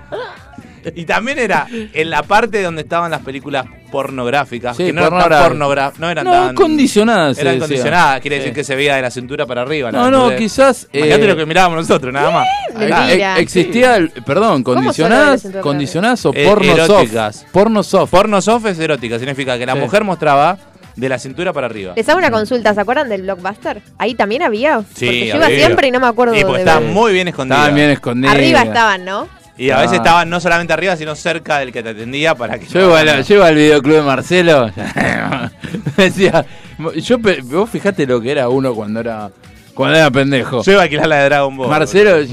[SPEAKER 4] Y también era en la parte donde estaban las películas pornográficas,
[SPEAKER 5] Sí,
[SPEAKER 4] que no eran tan
[SPEAKER 5] pornográficas.
[SPEAKER 4] pornográficas, no eran
[SPEAKER 5] No,
[SPEAKER 4] tan.
[SPEAKER 5] condicionadas, se
[SPEAKER 4] Eran
[SPEAKER 5] decía.
[SPEAKER 4] condicionadas, quiere decir
[SPEAKER 5] Sí.
[SPEAKER 4] que se veía de la cintura para arriba.
[SPEAKER 5] No, no, quizás,
[SPEAKER 4] Imagínate
[SPEAKER 5] eh,
[SPEAKER 4] lo que mirábamos nosotros, nada más.
[SPEAKER 6] Mentira.
[SPEAKER 5] Eh, eh, existía, el- perdón,
[SPEAKER 6] ¿Cómo
[SPEAKER 5] condicionadas,
[SPEAKER 6] son las
[SPEAKER 5] condicionadas o
[SPEAKER 4] Eh,
[SPEAKER 5] porno
[SPEAKER 4] eróticas.
[SPEAKER 5] soft. Porno soft.
[SPEAKER 4] Porno soft es erótica, significa que la
[SPEAKER 5] Sí.
[SPEAKER 4] mujer mostraba de la cintura para arriba.
[SPEAKER 6] Les hago una consulta, ¿se acuerdan del blockbuster? Ahí también había. Porque yo iba
[SPEAKER 4] había.
[SPEAKER 6] siempre y no me acuerdo
[SPEAKER 4] Y pues
[SPEAKER 6] de
[SPEAKER 4] estaba
[SPEAKER 6] ver.
[SPEAKER 4] muy bien escondida.
[SPEAKER 5] Estaban bien escondidas.
[SPEAKER 6] Arriba estaban, ¿no?
[SPEAKER 4] Y a veces
[SPEAKER 5] Ah.
[SPEAKER 4] estaban no solamente arriba, sino cerca del que te atendía para que.
[SPEAKER 5] Yo iba, al- yo iba al videoclub de Marcelo. decía, yo, pe- vos fijate lo que era uno cuando era, cuando era pendejo.
[SPEAKER 4] Yo iba a alquilar la de Dragon Ball.
[SPEAKER 5] Marcelo,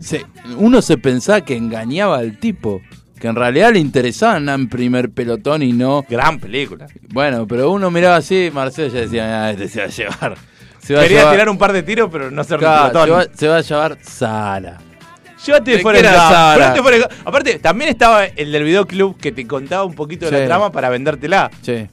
[SPEAKER 5] se- uno se pensaba que engañaba al tipo, que en realidad le interesaba andar en primer pelotón y no.
[SPEAKER 4] Gran película.
[SPEAKER 5] Bueno, pero uno miraba así, Marcelo ya decía, "Ah, este se va a llevar. Se va a
[SPEAKER 4] Quería
[SPEAKER 5] llevar-
[SPEAKER 4] tirar un par de tiros, pero no ser
[SPEAKER 5] Claro,
[SPEAKER 4] pelotón.
[SPEAKER 5] se, va, se va a llevar Sara.
[SPEAKER 4] Llévate
[SPEAKER 5] ¿De
[SPEAKER 4] fuera
[SPEAKER 5] qué
[SPEAKER 4] de
[SPEAKER 5] era Sara?
[SPEAKER 4] Llévate fuera de- Aparte, también estaba el del videoclub que te contaba un poquito de la
[SPEAKER 5] Sí.
[SPEAKER 4] trama para vendértela.
[SPEAKER 5] Sí.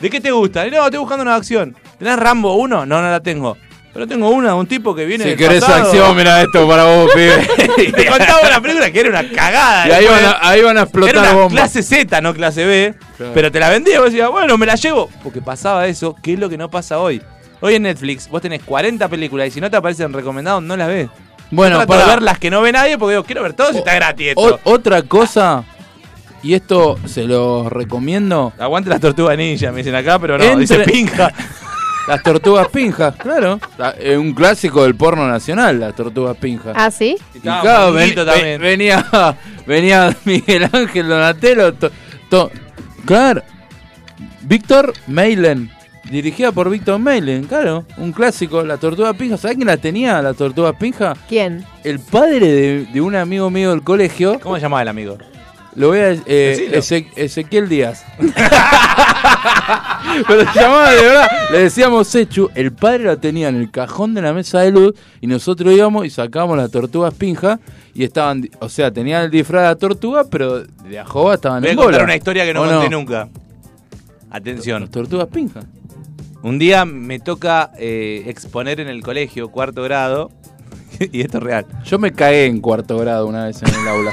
[SPEAKER 4] ¿De qué te gusta? Y no, estoy buscando una acción. ¿Tenés Rambo 1? No, no la tengo. Pero tengo una de un tipo que viene
[SPEAKER 5] Si
[SPEAKER 4] del
[SPEAKER 5] querés
[SPEAKER 4] pasado.
[SPEAKER 5] acción, mira esto para vos, pibe.
[SPEAKER 4] Y te contaba una película que era una cagada.
[SPEAKER 5] y ahí
[SPEAKER 4] después
[SPEAKER 5] van a, ahí van a
[SPEAKER 4] era
[SPEAKER 5] explotar
[SPEAKER 4] una
[SPEAKER 5] bombas.
[SPEAKER 4] clase Z, no clase B.
[SPEAKER 5] Claro.
[SPEAKER 4] Pero te la vendía, vos decías, bueno, me la llevo. Porque pasaba eso, que es lo que no pasa hoy. Hoy en Netflix vos tenés 40 películas y si no te aparecen recomendados, no las ves.
[SPEAKER 5] Bueno,
[SPEAKER 4] Trato
[SPEAKER 5] para
[SPEAKER 4] de ver las que no ve nadie porque digo, quiero ver todo si está gratis esto.
[SPEAKER 5] O- otra cosa, y esto se los recomiendo.
[SPEAKER 4] Aguante las tortugas ninja, me dicen acá, pero no,
[SPEAKER 5] Entre-
[SPEAKER 4] dice pinja.
[SPEAKER 5] Las tortugas pinjas, claro. La- eh, un clásico del porno nacional, las tortugas pinjas.
[SPEAKER 6] Ah, sí.
[SPEAKER 4] Y
[SPEAKER 5] Y
[SPEAKER 4] estaba
[SPEAKER 5] claro, ven-
[SPEAKER 4] Monguito
[SPEAKER 5] ve-
[SPEAKER 4] también.
[SPEAKER 5] venía, venía Miguel Ángel Donatello. to- to- claro. Víctor Meilen. Dirigida por Víctor Meilen, claro. Un clásico, las tortugas pinjas. ¿Sabés quién las tenía, las tortugas pinjas?
[SPEAKER 6] ¿Quién?
[SPEAKER 5] El padre de, de un amigo mío del colegio.
[SPEAKER 4] ¿Cómo se llamaba el amigo?
[SPEAKER 5] Lo voy a. eh,
[SPEAKER 4] Decilo.
[SPEAKER 5] Eze- Ezequiel Díaz. Pero se llamaba de verdad. Le decíamos Sechu. El padre la tenía en el cajón de la mesa de luz. Y nosotros íbamos y sacábamos las tortugas pinjas. Y estaban. di- O sea, tenían el disfraz de la tortuga, pero de ajoba estaban
[SPEAKER 4] Voy a
[SPEAKER 5] en
[SPEAKER 4] contar
[SPEAKER 5] bola.
[SPEAKER 4] una historia que no
[SPEAKER 5] ¿O
[SPEAKER 4] conté nunca. Atención.
[SPEAKER 5] Las tortugas pinjas.
[SPEAKER 4] Un día me toca eh, exponer en el colegio, cuarto grado, y esto es real.
[SPEAKER 5] Yo me cagué en cuarto grado una vez en el aula.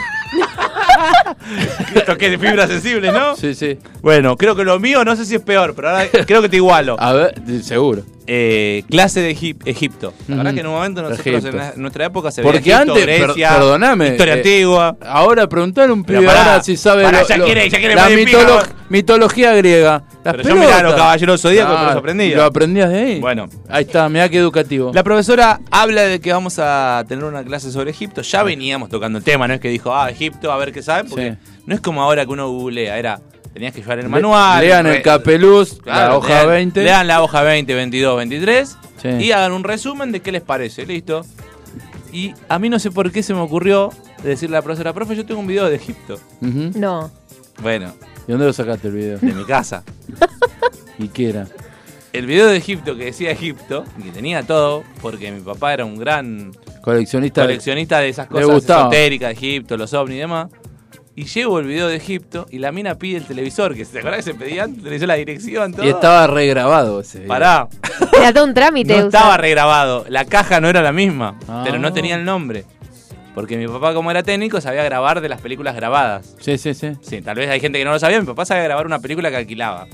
[SPEAKER 4] Toqué de fibra sensible, ¿no?
[SPEAKER 5] Sí, sí.
[SPEAKER 4] Bueno, creo que lo mío no sé si es peor, pero ahora creo que te igualo.
[SPEAKER 5] A ver, de- seguro.
[SPEAKER 4] Eh, clase de Egip- Egipto. La verdad
[SPEAKER 5] Ujú.
[SPEAKER 4] que en un momento nosotros
[SPEAKER 5] Egipto.
[SPEAKER 4] en la- nuestra época se
[SPEAKER 5] Porque
[SPEAKER 4] veía Egipto,
[SPEAKER 5] antes, per-
[SPEAKER 4] Grecia,
[SPEAKER 5] perdóname,
[SPEAKER 4] historia
[SPEAKER 5] eh,
[SPEAKER 4] antigua.
[SPEAKER 5] Ahora preguntar un
[SPEAKER 4] Pero
[SPEAKER 5] pibe
[SPEAKER 4] pará,
[SPEAKER 5] ahora si sabe
[SPEAKER 4] pará, ya quiere- ya quiere
[SPEAKER 5] la
[SPEAKER 4] pedir pica,
[SPEAKER 5] mitolo-
[SPEAKER 4] vos.
[SPEAKER 5] mitología griega. Las
[SPEAKER 4] Pero yo miraba
[SPEAKER 5] pelotas.
[SPEAKER 4] los caballeros zodíacos, pero los aprendía.
[SPEAKER 5] y Lo aprendías de ahí.
[SPEAKER 4] Bueno.
[SPEAKER 5] Ahí está, mirá qué educativo.
[SPEAKER 4] La profesora habla de que vamos a tener una clase sobre Egipto. Ya veníamos tocando el tema, no es que dijo, ah, Egipto, a ver qué saben, porque no es como ahora que uno googlea, era, tenías que llevar el
[SPEAKER 5] Le-
[SPEAKER 4] manual.
[SPEAKER 5] Lean
[SPEAKER 4] re-
[SPEAKER 5] el capeluz,
[SPEAKER 4] claro,
[SPEAKER 5] la hoja
[SPEAKER 4] lean-
[SPEAKER 5] 20.
[SPEAKER 4] Lean la hoja 20, 22, 23
[SPEAKER 5] Sí.
[SPEAKER 4] y hagan un resumen de qué les parece, listo. Y a mí no sé por qué se me ocurrió decirle a la profesora, profe, yo tengo un video de Egipto.
[SPEAKER 5] Ujú.
[SPEAKER 6] No.
[SPEAKER 4] Bueno,
[SPEAKER 5] ¿Y dónde lo sacaste el video?
[SPEAKER 4] de mi casa.
[SPEAKER 5] ¿Y qué era?
[SPEAKER 4] El video de Egipto que decía Egipto, y que tenía todo, porque mi papá era un gran
[SPEAKER 5] Coleccionista. de-
[SPEAKER 4] coleccionista de esas
[SPEAKER 5] Le
[SPEAKER 4] cosas
[SPEAKER 5] gustaba.
[SPEAKER 4] esotéricas, de Egipto, los ovnis y demás. Y llevo el video de Egipto y la mina pide el televisor, que se acuerdan que se pedían, le dio la dirección, todo.
[SPEAKER 5] Y estaba regrabado ese video.
[SPEAKER 4] Pará,
[SPEAKER 6] Era todo un
[SPEAKER 4] no
[SPEAKER 6] trámite. usar.
[SPEAKER 4] estaba regrabado, la caja no era la misma,
[SPEAKER 5] Ah.
[SPEAKER 4] pero no tenía el nombre. Porque mi papá, como era técnico, sabía grabar de las películas grabadas.
[SPEAKER 5] Sí, sí, sí.
[SPEAKER 4] Sí, tal vez hay gente que no lo sabía, mi papá sabía grabar una película que alquilaba.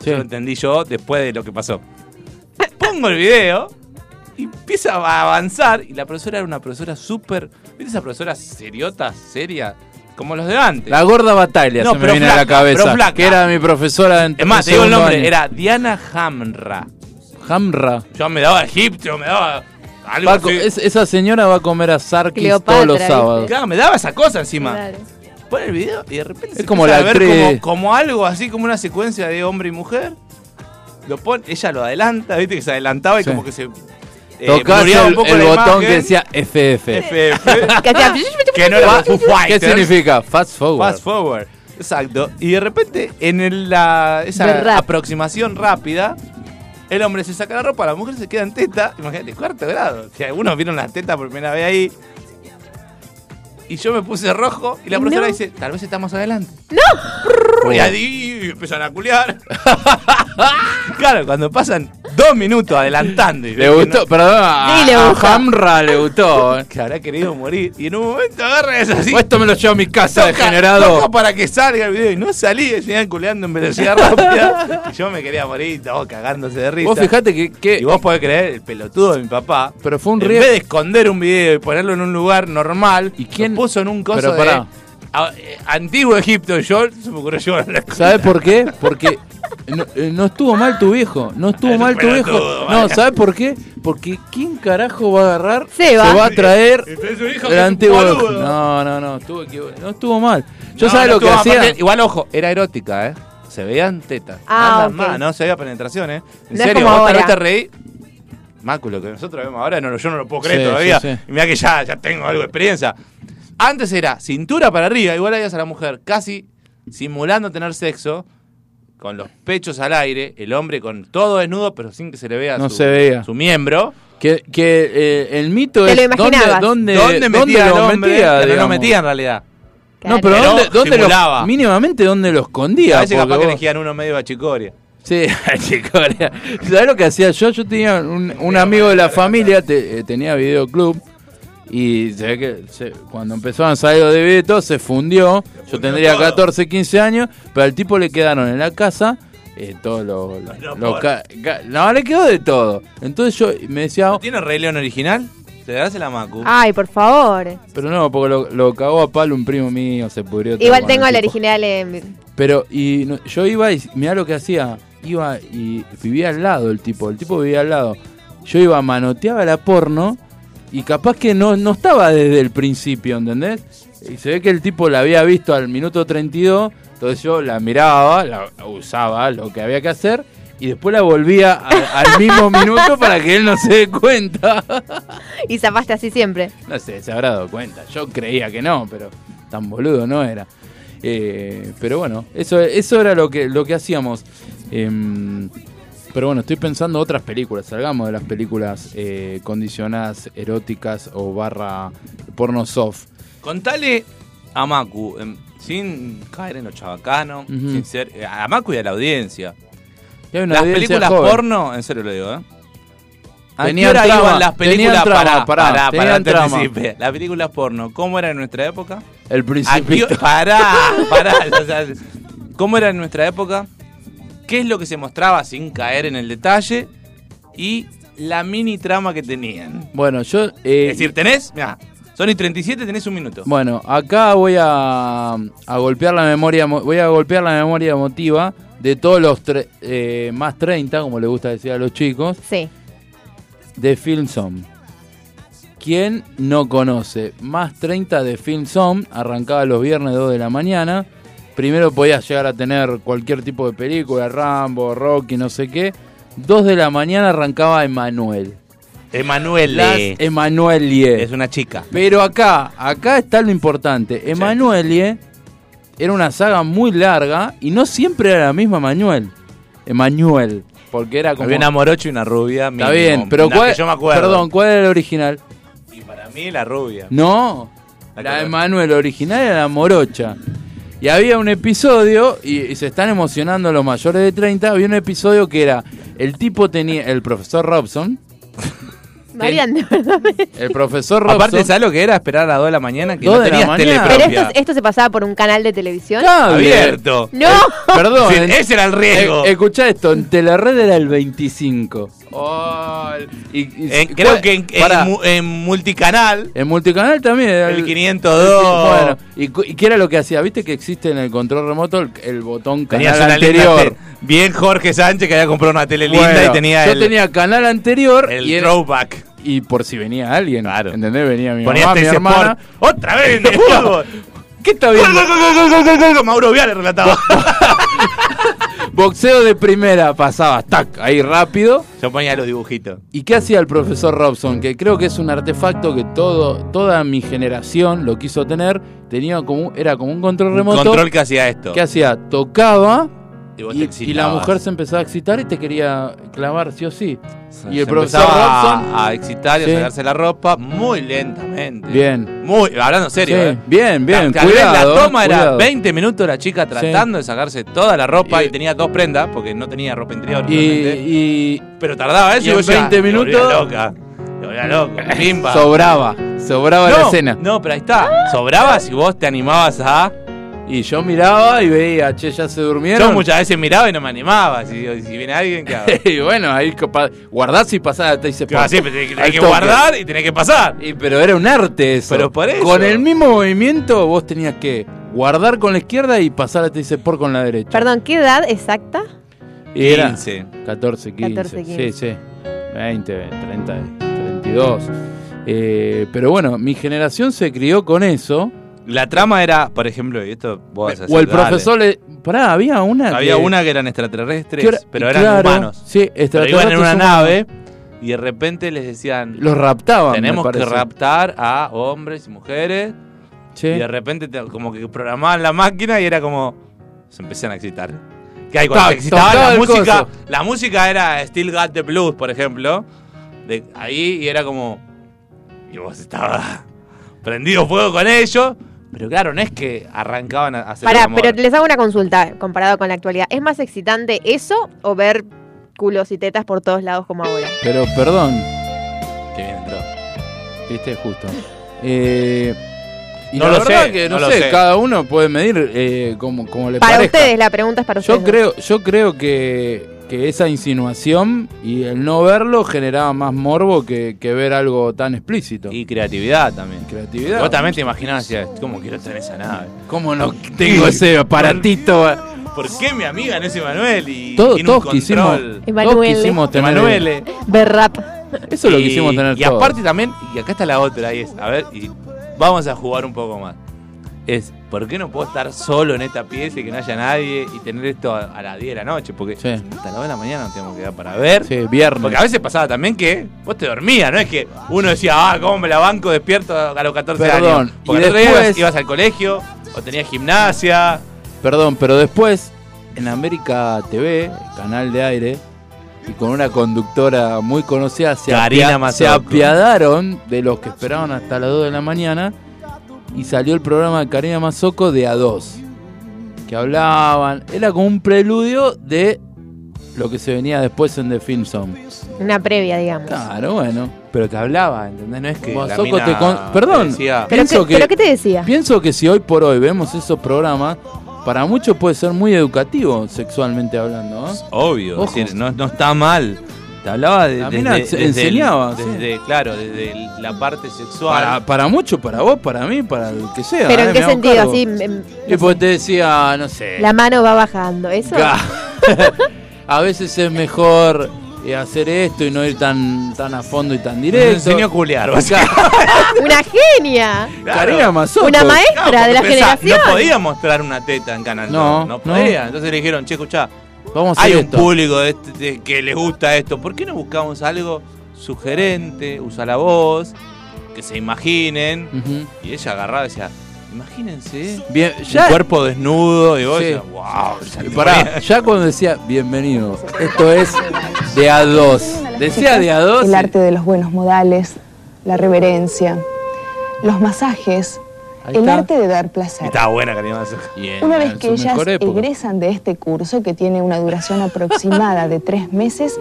[SPEAKER 5] Sí.
[SPEAKER 4] Eso lo entendí yo después de lo que pasó. Pongo el video y empieza a avanzar. Y la profesora era una profesora súper. ¿Viste esas profesoras seriotas, serias? Como los de antes.
[SPEAKER 5] La gorda batalla
[SPEAKER 4] No,
[SPEAKER 5] se me
[SPEAKER 4] pero
[SPEAKER 5] viene a la
[SPEAKER 4] flaca, pero
[SPEAKER 5] cabeza.
[SPEAKER 4] flaca.
[SPEAKER 5] Que era mi profesora en
[SPEAKER 4] es más, te
[SPEAKER 5] en
[SPEAKER 4] digo el nombre,
[SPEAKER 5] segundo año.
[SPEAKER 4] era Diana Hamra.
[SPEAKER 5] Hamra.
[SPEAKER 4] Yo me daba Egipto, me daba. Algo
[SPEAKER 5] Paco,
[SPEAKER 4] así.
[SPEAKER 5] es- esa señora va a comer a Sarkis todos los
[SPEAKER 6] Cleopatra,
[SPEAKER 5] sábados.
[SPEAKER 4] Claro, me daba esa cosa encima.
[SPEAKER 6] Claro.
[SPEAKER 4] Pon el video y de repente se
[SPEAKER 5] como
[SPEAKER 4] empieza
[SPEAKER 5] la
[SPEAKER 4] a ver como,
[SPEAKER 5] actriz.
[SPEAKER 4] como algo así, como una secuencia de hombre y mujer. Lo pon, ella lo adelanta, viste que se adelantaba y
[SPEAKER 5] Sí.
[SPEAKER 4] como que se. eh,
[SPEAKER 5] Tocás
[SPEAKER 4] blureaba un
[SPEAKER 5] el,
[SPEAKER 4] poco
[SPEAKER 5] el
[SPEAKER 4] la
[SPEAKER 5] botón
[SPEAKER 4] imagen.
[SPEAKER 5] que decía FF.
[SPEAKER 4] FF.
[SPEAKER 6] Que hacía-
[SPEAKER 4] que no era Foo
[SPEAKER 5] ¿Qué
[SPEAKER 4] Fighters.
[SPEAKER 5] significa? Fast forward.
[SPEAKER 4] Fast forward. Exacto. Y de repente, en el- la,
[SPEAKER 6] Del
[SPEAKER 4] esa
[SPEAKER 6] rap.
[SPEAKER 4] aproximación rápida, el hombre se saca la ropa, la mujer se queda en teta. Imagínate, cuarto grado. Si algunos vieron las tetas por primera vez ahí. y yo me puse rojo y la
[SPEAKER 6] No.
[SPEAKER 4] profesora dice, tal vez estamos adelante.
[SPEAKER 5] Oh.
[SPEAKER 4] ¡No! Y ahí empiezan a culiar. claro, cuando pasan dos minutos adelantando. Y
[SPEAKER 5] Le
[SPEAKER 4] ven que
[SPEAKER 5] gustó,
[SPEAKER 4] no-
[SPEAKER 5] perdón, a,
[SPEAKER 6] Sí, le
[SPEAKER 5] a
[SPEAKER 6] gusta.
[SPEAKER 5] Hamra le gustó. eh.
[SPEAKER 4] que habrá querido morir. Y en un momento agarra eso así.
[SPEAKER 5] O Esto me lo llevo a mi casa,
[SPEAKER 4] toca- toca
[SPEAKER 5] degenerado.
[SPEAKER 4] para que salga el video y no salí, seguían culeando en velocidad rápida. y yo me quería morir, todos cagándose de risa.
[SPEAKER 5] Vos fijate que, que-
[SPEAKER 4] Y vos podés creer, el pelotudo de mi papá.
[SPEAKER 5] Pero fue un
[SPEAKER 4] En
[SPEAKER 5] riesgo.
[SPEAKER 4] vez de esconder un video y ponerlo en un lugar normal,
[SPEAKER 5] ¿Y quién-
[SPEAKER 4] lo puso en un coso
[SPEAKER 5] Pero
[SPEAKER 4] de
[SPEAKER 5] pará.
[SPEAKER 4] a- eh, antiguo Egipto. Yo se me ocurrió llevarlo a la escuela.
[SPEAKER 5] ¿Sabes por qué? Porque no, eh, no estuvo mal tu viejo. No estuvo
[SPEAKER 4] Ay,
[SPEAKER 5] mal tu
[SPEAKER 4] pelotudo,
[SPEAKER 5] viejo. No,
[SPEAKER 4] vaya.
[SPEAKER 5] ¿sabes por qué? Porque ¿quién carajo va a agarrar?
[SPEAKER 6] Seba.
[SPEAKER 5] Se va a traer
[SPEAKER 4] Entonces, un hijo que es
[SPEAKER 5] el
[SPEAKER 4] un
[SPEAKER 5] antiguo.
[SPEAKER 4] boludo.
[SPEAKER 5] No, no, no. Estuvo equivo- No estuvo mal. Yo
[SPEAKER 4] No,
[SPEAKER 5] sabes
[SPEAKER 4] no
[SPEAKER 5] lo que
[SPEAKER 4] estuvo-
[SPEAKER 5] hacía.
[SPEAKER 4] aparte, igual, ojo, era erótica, ¿eh? Se veían tetas.
[SPEAKER 6] Ah,
[SPEAKER 4] Nada
[SPEAKER 6] ok.
[SPEAKER 4] más, no se veía penetración, ¿eh? En
[SPEAKER 6] No es
[SPEAKER 4] serio,
[SPEAKER 6] como
[SPEAKER 4] vos tal vez
[SPEAKER 6] ahora.
[SPEAKER 4] te reí. Máculo, que nosotros vemos ahora, no, lo- yo no lo puedo creer
[SPEAKER 5] Sí,
[SPEAKER 4] todavía.
[SPEAKER 5] sí, sí.
[SPEAKER 4] Y mirá que ya, ya tengo algo de experiencia. Antes era cintura para arriba, igual harías a la mujer, casi simulando tener sexo, con los pechos al aire, el hombre con todo desnudo, pero sin que se le vea,
[SPEAKER 5] No
[SPEAKER 4] su,
[SPEAKER 5] se veía.
[SPEAKER 4] su miembro.
[SPEAKER 5] Que, que eh, el mito
[SPEAKER 6] Te
[SPEAKER 5] es.
[SPEAKER 6] lo imaginabas.
[SPEAKER 5] ¿Dónde, dónde,
[SPEAKER 4] ¿Dónde metía
[SPEAKER 5] lo
[SPEAKER 4] el hombre?
[SPEAKER 5] metía,
[SPEAKER 4] pero no lo
[SPEAKER 5] digamos?
[SPEAKER 4] metía en realidad.
[SPEAKER 5] No,
[SPEAKER 6] Claro.
[SPEAKER 5] pero,
[SPEAKER 4] Pero
[SPEAKER 5] ¿dónde, dónde
[SPEAKER 4] simulaba.
[SPEAKER 5] lo, mínimamente dónde lo escondía.
[SPEAKER 4] A veces
[SPEAKER 5] Porque
[SPEAKER 4] capaz que
[SPEAKER 5] vos-
[SPEAKER 4] elegían uno medio bachicoria.
[SPEAKER 5] Sí, chicos, ¿sabes lo que hacía yo? Yo tenía un, un amigo de la familia, te- eh, tenía videoclub, y se ve que se- cuando empezaron a salir los DVD y todo, se fundió. Yo tendría 14, 15 años, pero al tipo le quedaron en la casa eh, todos los... los- los ca- ca- no, le quedó de todo. Entonces yo me decía, "Oh",
[SPEAKER 4] ¿No tiene Rey León original? Te darás la Macu.
[SPEAKER 6] Ay, por favor.
[SPEAKER 5] pero no, porque lo, lo cagó a palo un primo mío, se pudrió. todo
[SPEAKER 6] Igual
[SPEAKER 5] con
[SPEAKER 6] tengo el
[SPEAKER 5] tipo".
[SPEAKER 6] original en...
[SPEAKER 5] Pero y no- yo iba y mirá lo que hacía. Iba y vivía al lado el tipo. El tipo vivía al lado. Yo iba, manoteaba la porno y capaz que no, no estaba desde el principio, ¿entendés? Y se ve que el tipo la había visto al minuto 32. Entonces yo la miraba, la usaba, lo que había que hacer. Y después la volvía a- al mismo minuto para que él no se dé cuenta.
[SPEAKER 6] Y zapaste así siempre.
[SPEAKER 5] No sé, se habrá dado cuenta. Yo creía que no, pero tan boludo no era. Eh, pero bueno, eso, eso era lo que, lo que hacíamos. Em, pero bueno, estoy pensando otras películas. Salgamos de las películas eh, condicionadas, eróticas o barra porno soft.
[SPEAKER 4] Contale a Macu, em, sin caer en los chabacanos,
[SPEAKER 5] Ujú.
[SPEAKER 4] sin ser, eh, a Macu y a la audiencia.
[SPEAKER 5] Y hay una
[SPEAKER 4] Las
[SPEAKER 5] audiencia
[SPEAKER 4] películas
[SPEAKER 5] joven.
[SPEAKER 4] porno, en serio lo digo, ¿eh? ¿A qué
[SPEAKER 5] Tenían
[SPEAKER 4] hora
[SPEAKER 5] trama,
[SPEAKER 4] iban las
[SPEAKER 5] tenían
[SPEAKER 4] películas
[SPEAKER 5] trama,
[SPEAKER 4] para,
[SPEAKER 5] pará,
[SPEAKER 4] para,
[SPEAKER 5] tenían
[SPEAKER 4] te
[SPEAKER 5] trama.
[SPEAKER 4] anticipe. Las películas porno, ¿cómo era en nuestra época?
[SPEAKER 5] El
[SPEAKER 4] ¿A qué
[SPEAKER 5] principito.
[SPEAKER 4] hora- pará, pará. o sea, ¿Cómo era en nuestra época? ¿Qué es lo que se mostraba sin caer en el detalle? Y la mini trama que tenían.
[SPEAKER 5] Bueno, yo... eh,
[SPEAKER 4] Es decir, tenés, mira, Sony 37 tenés un minuto.
[SPEAKER 5] Bueno, acá voy a, a golpear la memoria, emo- voy a golpear la memoria emotiva de todos los tre- eh, más 30, como le gusta decir a los chicos,
[SPEAKER 6] Sí.
[SPEAKER 5] de Filmsom. ¿Quién no conoce? Más 30 de Filmsom, arrancaba los viernes 2 de la mañana. Primero podías llegar a tener cualquier tipo de película, Rambo, Rocky, no sé qué. 2 de la mañana arrancaba Emanuel.
[SPEAKER 4] Emanuel
[SPEAKER 5] Las eh, Emanuelie.
[SPEAKER 4] es una chica.
[SPEAKER 5] Pero acá, acá está lo importante. Emanuelie era una saga muy larga y no siempre era la misma Manuel. Emanuel. Porque era como.
[SPEAKER 4] Había una morocho y una rubia.
[SPEAKER 5] está
[SPEAKER 4] mínimo,
[SPEAKER 5] bien, pero
[SPEAKER 4] la que
[SPEAKER 5] cuál.
[SPEAKER 4] yo me acuerdo.
[SPEAKER 5] Perdón, ¿cuál era el original?
[SPEAKER 4] Y para mí la rubia.
[SPEAKER 5] No.
[SPEAKER 4] La
[SPEAKER 5] La
[SPEAKER 4] que-
[SPEAKER 5] de Manuel, original era la morocha. Y había un episodio, y, y se están emocionando los mayores de 30, había un episodio que era, el tipo tenía, el profesor Robson,
[SPEAKER 6] Marian, de verdad.
[SPEAKER 5] el profesor Robson...
[SPEAKER 4] Aparte, ¿sabes lo que era esperar a las 2 de la mañana? Que
[SPEAKER 5] Dos
[SPEAKER 4] no
[SPEAKER 5] de la
[SPEAKER 4] tenías
[SPEAKER 5] mañana.
[SPEAKER 4] tele
[SPEAKER 6] Pero
[SPEAKER 4] propia.
[SPEAKER 6] esto, esto se pasaba por un canal de televisión.
[SPEAKER 5] Cable.
[SPEAKER 4] Abierto.
[SPEAKER 6] ¡No!
[SPEAKER 5] Perdón,
[SPEAKER 4] Sí, ese era el riesgo.
[SPEAKER 5] escucha esto, en Telered era el 25. Y- y-
[SPEAKER 4] En-
[SPEAKER 5] ¿cuál-
[SPEAKER 4] creo que en, en
[SPEAKER 5] pará,
[SPEAKER 4] mu- en multicanal,
[SPEAKER 5] en multicanal también era
[SPEAKER 4] el
[SPEAKER 5] Bueno,
[SPEAKER 4] 502.
[SPEAKER 5] y, cu- y qué era lo que hacía, viste que existe en el control remoto el, el botón canal
[SPEAKER 4] Tenías una linda
[SPEAKER 5] anterior.
[SPEAKER 4] tele. Bien Jorge Sánchez que había comprado una tele linda
[SPEAKER 5] Bueno,
[SPEAKER 4] y tenía
[SPEAKER 5] yo
[SPEAKER 4] el,
[SPEAKER 5] tenía canal anterior
[SPEAKER 4] el
[SPEAKER 5] y, era-
[SPEAKER 4] throwback.
[SPEAKER 5] y por si venía alguien,
[SPEAKER 4] Claro.
[SPEAKER 5] ¿entendés? Venía mi
[SPEAKER 4] Ponías
[SPEAKER 5] mamá, mi
[SPEAKER 4] ese
[SPEAKER 5] hermana.
[SPEAKER 4] sport. ¡Otra vez! de fútbol!
[SPEAKER 5] ¿Qué está
[SPEAKER 4] Gol,
[SPEAKER 5] viendo?
[SPEAKER 4] gol, gol, gol, gol, gol, gol, gol. Mauro Viale relataba.
[SPEAKER 5] Boxeo de primera, pasaba, tac, ahí rápido.
[SPEAKER 4] Yo ponía los dibujitos.
[SPEAKER 5] ¿Y qué hacía
[SPEAKER 4] Eh,
[SPEAKER 5] el profesor Robson? Que creo que es
[SPEAKER 4] ah.
[SPEAKER 5] un artefacto que todo, toda mi generación lo quiso tener. Tenía como, un- era como un control remoto.
[SPEAKER 4] Control que hacía esto.
[SPEAKER 5] ¿Qué hacía? Tocaba
[SPEAKER 4] Y vos te
[SPEAKER 5] Y, y la
[SPEAKER 4] excitabas.
[SPEAKER 5] mujer se empezaba a excitar y te quería clavar sí o sí.
[SPEAKER 4] Se-
[SPEAKER 5] y
[SPEAKER 4] se
[SPEAKER 5] el profesor
[SPEAKER 4] empezaba a-
[SPEAKER 5] Robson-
[SPEAKER 4] a excitar y
[SPEAKER 5] Sí.
[SPEAKER 4] a sacarse la ropa muy lentamente.
[SPEAKER 5] Bien.
[SPEAKER 4] Muy, hablando en serio,
[SPEAKER 5] Sí,
[SPEAKER 4] ¿eh?
[SPEAKER 5] Bien, bien,
[SPEAKER 4] Tal vez
[SPEAKER 5] cuidado.
[SPEAKER 4] la toma era
[SPEAKER 5] cuidado.
[SPEAKER 4] 20 minutos la chica tratando de sacarse toda la ropa y, tenía dos prendas porque no tenía ropa interior.
[SPEAKER 5] Y,
[SPEAKER 4] obviamente.
[SPEAKER 5] y
[SPEAKER 4] pero tardaba ¿eh? eso
[SPEAKER 5] y en 20
[SPEAKER 4] Lo
[SPEAKER 5] minutos-
[SPEAKER 4] "Ah, volvía loca. Lo volvía loco. Pimba.
[SPEAKER 5] sobraba, sobraba la
[SPEAKER 4] no,
[SPEAKER 5] escena.
[SPEAKER 4] No, pero ahí está. Sobraba si vos te animabas a.
[SPEAKER 5] Y yo miraba y veía, che, ya se durmieron.
[SPEAKER 4] Yo muchas veces miraba y no me animaba. Si, si viene alguien, ¿qué hago?
[SPEAKER 5] y bueno, ahí capaz- guardás y pasás, te dice.
[SPEAKER 4] Claro, siempre tenés que, tenés
[SPEAKER 5] Al
[SPEAKER 4] que
[SPEAKER 5] toque.
[SPEAKER 4] guardar y tenés que pasar.
[SPEAKER 5] Y, pero era un arte eso.
[SPEAKER 4] Pero por eso.
[SPEAKER 5] Con el mismo movimiento vos tenías que guardar con la izquierda y pasar a te dice por con la derecha.
[SPEAKER 6] Perdón, ¿qué edad exacta?
[SPEAKER 5] Y era
[SPEAKER 4] 15.
[SPEAKER 5] 14, 15.
[SPEAKER 6] 14,
[SPEAKER 5] Sí,
[SPEAKER 6] 15.
[SPEAKER 5] sí. 20, 30, 32. Eh, pero bueno, mi generación se crió con eso.
[SPEAKER 4] La trama era, por ejemplo, y esto vos vas a
[SPEAKER 5] o el
[SPEAKER 4] decir, dale.
[SPEAKER 5] profesor le. Pará, había una.
[SPEAKER 4] Había
[SPEAKER 5] que-
[SPEAKER 4] una que eran extraterrestres,
[SPEAKER 5] que era-
[SPEAKER 4] pero eran
[SPEAKER 5] claro,
[SPEAKER 4] humanos.
[SPEAKER 5] Sí,
[SPEAKER 4] Pero iban en
[SPEAKER 5] extraterrestres
[SPEAKER 4] una
[SPEAKER 5] humanos.
[SPEAKER 4] nave y de repente les decían,
[SPEAKER 5] Los raptaban. me
[SPEAKER 4] tenemos que
[SPEAKER 5] parece.
[SPEAKER 4] raptar a hombres y mujeres.
[SPEAKER 5] Sí.
[SPEAKER 4] Y de repente te- como que programaban la máquina y era como... Se empiezan a excitar. Que hay
[SPEAKER 5] Ta-
[SPEAKER 4] cuando se excitaba
[SPEAKER 5] tocaba
[SPEAKER 4] la
[SPEAKER 5] el
[SPEAKER 4] música...
[SPEAKER 5] coso.
[SPEAKER 4] La música era Still Got the Blues, por ejemplo. De ahí y era como... Y vos estabas prendido fuego con ellos. Pero claro, no es que arrancaban a hacer el
[SPEAKER 6] Pará,
[SPEAKER 4] amor.
[SPEAKER 6] pero les hago una consulta comparado con la actualidad. ¿Es más excitante eso o ver culos y tetas por todos lados como ahora?
[SPEAKER 5] Pero perdón,
[SPEAKER 4] Que bien entró.
[SPEAKER 5] Viste, justo. Eh, y
[SPEAKER 4] No lo
[SPEAKER 5] la verdad
[SPEAKER 4] sé,
[SPEAKER 5] que no,
[SPEAKER 4] no lo
[SPEAKER 5] sé,
[SPEAKER 4] sé.
[SPEAKER 5] cada uno puede medir eh, como, como le
[SPEAKER 6] Para
[SPEAKER 5] parezca.
[SPEAKER 6] ustedes, la pregunta es para ustedes.
[SPEAKER 5] Yo creo, yo creo que, que esa insinuación y el no verlo generaba más morbo que, que ver algo tan explícito.
[SPEAKER 4] Y creatividad también.
[SPEAKER 5] creatividad.
[SPEAKER 4] Vos también te imaginabas, decías, ¿cómo quiero estar en esa nave?
[SPEAKER 5] ¿Cómo no tengo ese aparatito?
[SPEAKER 4] ¿Por qué mi amiga no es Emanuel? Y
[SPEAKER 5] Todo-
[SPEAKER 4] tiene un
[SPEAKER 5] todos quisimos,
[SPEAKER 4] control.
[SPEAKER 5] todos
[SPEAKER 6] Emanuele.
[SPEAKER 5] quisimos tener.
[SPEAKER 4] Emanuele.
[SPEAKER 6] Berrap.
[SPEAKER 5] Eso lo quisimos
[SPEAKER 4] Y-
[SPEAKER 5] tener
[SPEAKER 4] Y
[SPEAKER 5] todos.
[SPEAKER 4] aparte también, y acá está la otra, y es, a ver, y vamos a jugar un poco más. Es, ¿por qué no puedo estar solo en esta pieza y que no haya nadie y tener esto a, a las 10 de la noche? Porque
[SPEAKER 5] Sí.
[SPEAKER 4] hasta las 2 de la mañana no tenemos que dar para ver.
[SPEAKER 5] Sí, viernes.
[SPEAKER 4] Porque a veces pasaba también que vos te dormías, ¿no? Es que uno decía, ah, ¿cómo me la banco despierto a los 14
[SPEAKER 5] Perdón,
[SPEAKER 4] años? Porque
[SPEAKER 5] y
[SPEAKER 4] el otro día
[SPEAKER 5] después-
[SPEAKER 4] ibas, ibas al colegio o tenías gimnasia.
[SPEAKER 5] Perdón, pero después en América TV, canal de aire, y con una conductora muy conocida, se,
[SPEAKER 4] Karina
[SPEAKER 5] se
[SPEAKER 4] Mazzocco.
[SPEAKER 5] apiadaron de los que esperaban hasta las 2 de la mañana y salió el programa de Karina Mazoco de A2. Que hablaban, era como un preludio de lo que se venía después en The Film Zone.
[SPEAKER 6] Una previa, digamos.
[SPEAKER 5] Claro, bueno.
[SPEAKER 4] Pero te hablaba, ¿entendés? No es que. la
[SPEAKER 5] Mazzocco
[SPEAKER 4] mina
[SPEAKER 5] te con- Perdón,
[SPEAKER 4] decía-
[SPEAKER 6] ¿Pero,
[SPEAKER 5] pienso
[SPEAKER 6] qué,
[SPEAKER 5] que-
[SPEAKER 6] pero qué te decía?
[SPEAKER 5] Pienso que si hoy por hoy vemos esos programas, para muchos puede ser muy educativo sexualmente hablando. ¿eh?
[SPEAKER 4] Obvio,
[SPEAKER 5] Ojo.
[SPEAKER 4] es decir, no, no está mal. Te hablaba de.
[SPEAKER 5] La
[SPEAKER 4] desde-
[SPEAKER 5] mina
[SPEAKER 4] desde el-
[SPEAKER 5] enseñaba, sí.
[SPEAKER 4] Desde, claro, desde el- la parte sexual.
[SPEAKER 5] Para, para mucho, para vos, para mí, para el que sea.
[SPEAKER 6] ¿Pero
[SPEAKER 5] ¿eh? Me
[SPEAKER 6] en qué
[SPEAKER 5] hago
[SPEAKER 6] sentido?
[SPEAKER 5] cargo.
[SPEAKER 6] Así, em,
[SPEAKER 5] Y porque te decía, no sé.
[SPEAKER 6] la mano va bajando. ¿Eso?
[SPEAKER 5] ca- a veces es mejor eh, hacer esto y no ir tan, tan a fondo y tan
[SPEAKER 4] Te
[SPEAKER 5] directo.
[SPEAKER 4] enseñó a culear, básicamente.
[SPEAKER 6] ¡Una genia!
[SPEAKER 5] Karina Mazzocco.
[SPEAKER 6] Una maestra
[SPEAKER 4] Claro, porque
[SPEAKER 6] de la
[SPEAKER 4] pensá,
[SPEAKER 6] generación.
[SPEAKER 4] No podía mostrar una teta en Canal
[SPEAKER 5] No,
[SPEAKER 4] Dos, No
[SPEAKER 5] no.
[SPEAKER 4] podía. Entonces le dijeron, che, escuchá,
[SPEAKER 5] Vamos a
[SPEAKER 4] hay
[SPEAKER 5] hacer
[SPEAKER 4] un
[SPEAKER 5] esto.
[SPEAKER 4] público de este- de- que les gusta esto. ¿Por qué no buscamos algo sugerente? Usa la voz, que se imaginen.
[SPEAKER 5] Ujú.
[SPEAKER 4] Y ella agarraba y decía, imagínense.
[SPEAKER 5] Bien,
[SPEAKER 4] Un
[SPEAKER 5] ya,
[SPEAKER 4] cuerpo desnudo y vos
[SPEAKER 5] Sí.
[SPEAKER 4] decías, wow. ya
[SPEAKER 5] y
[SPEAKER 4] te
[SPEAKER 5] pará,
[SPEAKER 4] ponía-
[SPEAKER 5] ya cuando decía, bienvenido, esto es de A2. Decía de A2.
[SPEAKER 7] El arte de los buenos modales, la reverencia, los masajes,
[SPEAKER 5] Ahí
[SPEAKER 7] el
[SPEAKER 5] está.
[SPEAKER 7] arte de dar
[SPEAKER 4] Y
[SPEAKER 7] placer.
[SPEAKER 4] estaba buena, Karina Mazzocco.
[SPEAKER 5] Y en-
[SPEAKER 7] Una
[SPEAKER 5] en
[SPEAKER 7] vez
[SPEAKER 5] su
[SPEAKER 7] que ellas
[SPEAKER 5] mejor época.
[SPEAKER 7] egresan de este curso, que tiene una duración aproximada de tres meses,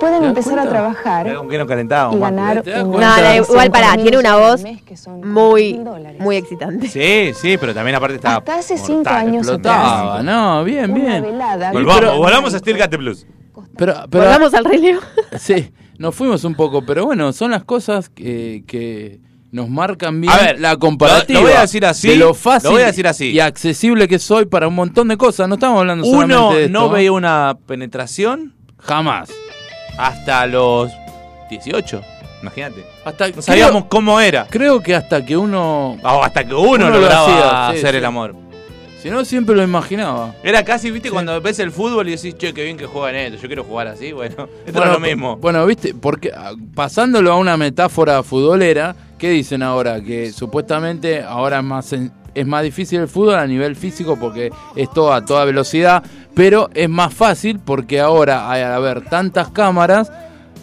[SPEAKER 7] pueden
[SPEAKER 5] das
[SPEAKER 7] empezar a
[SPEAKER 5] cuenta?
[SPEAKER 7] trabajar
[SPEAKER 4] Mirá con qué nos calentábamos,
[SPEAKER 7] y
[SPEAKER 4] Macu.
[SPEAKER 7] ganar
[SPEAKER 5] ¿eh? ¿Te das
[SPEAKER 7] un
[SPEAKER 5] cuenta?
[SPEAKER 7] de
[SPEAKER 5] No, no,
[SPEAKER 6] igual pará,
[SPEAKER 7] 5.000
[SPEAKER 6] tiene una voz
[SPEAKER 7] al mes, que son
[SPEAKER 6] Muy,
[SPEAKER 7] 4.000 dólares.
[SPEAKER 6] muy excitante.
[SPEAKER 4] Sí, sí, pero también aparte estaba.
[SPEAKER 7] Hasta hace
[SPEAKER 4] mortal,
[SPEAKER 7] cinco años
[SPEAKER 4] explotaba.
[SPEAKER 5] Explotaba, no, bien,
[SPEAKER 7] Una
[SPEAKER 5] bien.
[SPEAKER 7] velada.
[SPEAKER 4] Volvamos, volvamos a Steel Cat Plus.
[SPEAKER 5] Pero, pero
[SPEAKER 6] Volvamos al Rey León.
[SPEAKER 5] Sí, nos fuimos un poco, pero bueno, son las cosas que, que nos marcan bien
[SPEAKER 4] A ver,
[SPEAKER 5] la comparativa.
[SPEAKER 4] lo- lo voy a decir así,
[SPEAKER 5] de lo fácil
[SPEAKER 4] lo voy a decir así.
[SPEAKER 5] y accesible que soy para un montón de cosas. No estamos hablando
[SPEAKER 4] Uno
[SPEAKER 5] solamente de esto. ¿eh?
[SPEAKER 4] no veía una penetración
[SPEAKER 5] jamás.
[SPEAKER 4] hasta los 18. Imagínate.
[SPEAKER 5] Hasta
[SPEAKER 4] No sabíamos cómo era.
[SPEAKER 5] Creo, creo que hasta que uno,
[SPEAKER 4] O hasta que uno,
[SPEAKER 5] Uno lo
[SPEAKER 4] lograba
[SPEAKER 5] hacía, sí,
[SPEAKER 4] hacer
[SPEAKER 5] sí.
[SPEAKER 4] el amor.
[SPEAKER 5] si no siempre lo imaginaba.
[SPEAKER 4] Era casi, viste,
[SPEAKER 5] Sí.
[SPEAKER 4] cuando ves el fútbol y decís, che, qué bien que juegan esto, yo quiero jugar así. Bueno, esto
[SPEAKER 5] Bueno,
[SPEAKER 4] era lo mismo.
[SPEAKER 5] Bueno, viste, porque ah, pasándolo a una metáfora futbolera, ¿qué dicen ahora? Que supuestamente ahora es más sen- es más difícil el fútbol a nivel físico porque es todo a toda velocidad, pero es más fácil porque ahora al haber tantas cámaras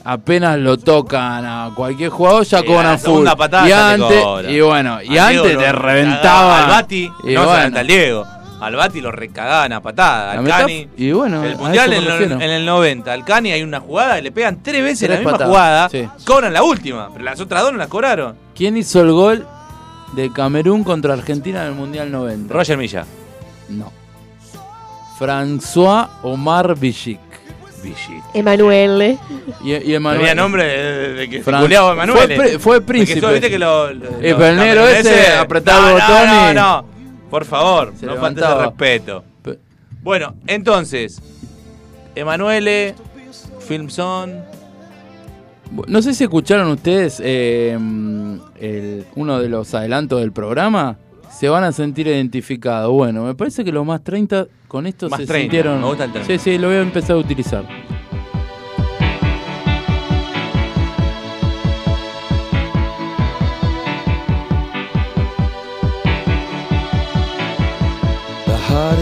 [SPEAKER 5] apenas lo tocan a cualquier jugador ya
[SPEAKER 4] Sí, a la
[SPEAKER 5] cobran full.
[SPEAKER 4] segunda patada
[SPEAKER 5] y
[SPEAKER 4] ya te
[SPEAKER 5] antes
[SPEAKER 4] cobran.
[SPEAKER 5] y bueno, y
[SPEAKER 4] Al
[SPEAKER 5] antes
[SPEAKER 4] Diego
[SPEAKER 5] te
[SPEAKER 4] lo
[SPEAKER 5] reventaba
[SPEAKER 4] Al Bati,
[SPEAKER 5] Y
[SPEAKER 4] no
[SPEAKER 5] bueno.
[SPEAKER 4] solamente al Diego. Al Bati lo recagaban a patada.
[SPEAKER 5] La
[SPEAKER 4] Al
[SPEAKER 5] metaf-
[SPEAKER 4] Cani.
[SPEAKER 5] y bueno,
[SPEAKER 4] el
[SPEAKER 5] a
[SPEAKER 4] mundial
[SPEAKER 5] eso
[SPEAKER 4] en,
[SPEAKER 5] me
[SPEAKER 4] lo-
[SPEAKER 5] refiero.
[SPEAKER 4] en el 90. Al Cani hay una jugada, le pegan tres veces
[SPEAKER 5] Tres
[SPEAKER 4] la misma
[SPEAKER 5] patadas,
[SPEAKER 4] jugada.
[SPEAKER 5] sí.
[SPEAKER 4] Cobran la última, pero las otras dos no las cobraron.
[SPEAKER 5] ¿Quién hizo el gol de Camerún contra Argentina en el Mundial 90?
[SPEAKER 4] Roger Milla.
[SPEAKER 5] No. François Omar Villic. Villic.
[SPEAKER 8] Emanuel.
[SPEAKER 5] Y, y Emanuel.
[SPEAKER 4] Tenía nombre de, de- de que
[SPEAKER 5] Fran-
[SPEAKER 4] Julián
[SPEAKER 5] Fue,
[SPEAKER 4] Emanuel.
[SPEAKER 5] pr- fue príncipe.
[SPEAKER 4] Que todo, viste que lo, lo-
[SPEAKER 5] Eh,
[SPEAKER 4] los
[SPEAKER 5] pero el negro
[SPEAKER 4] campeones
[SPEAKER 5] ese
[SPEAKER 4] ese-
[SPEAKER 5] apretaba
[SPEAKER 4] no,
[SPEAKER 5] el botón
[SPEAKER 4] No,
[SPEAKER 5] y-
[SPEAKER 4] no, no. Por favor,
[SPEAKER 5] Se
[SPEAKER 4] no faltes el
[SPEAKER 5] levantaba.
[SPEAKER 4] respeto.
[SPEAKER 5] Pe-
[SPEAKER 4] Bueno, entonces, Emanuele, Filmson.
[SPEAKER 5] No sé si escucharon ustedes eh, el- uno de los adelantos del programa. Se van a sentir identificados. Bueno, me parece que los más 30 con esto
[SPEAKER 4] Más
[SPEAKER 5] se
[SPEAKER 4] 30,
[SPEAKER 5] sintieron.
[SPEAKER 4] me gusta el término.
[SPEAKER 5] sí, sí, lo voy a empezar a utilizar.
[SPEAKER 2] The heart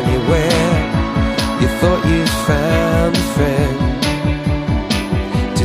[SPEAKER 2] anywhere. You thought you found a friend to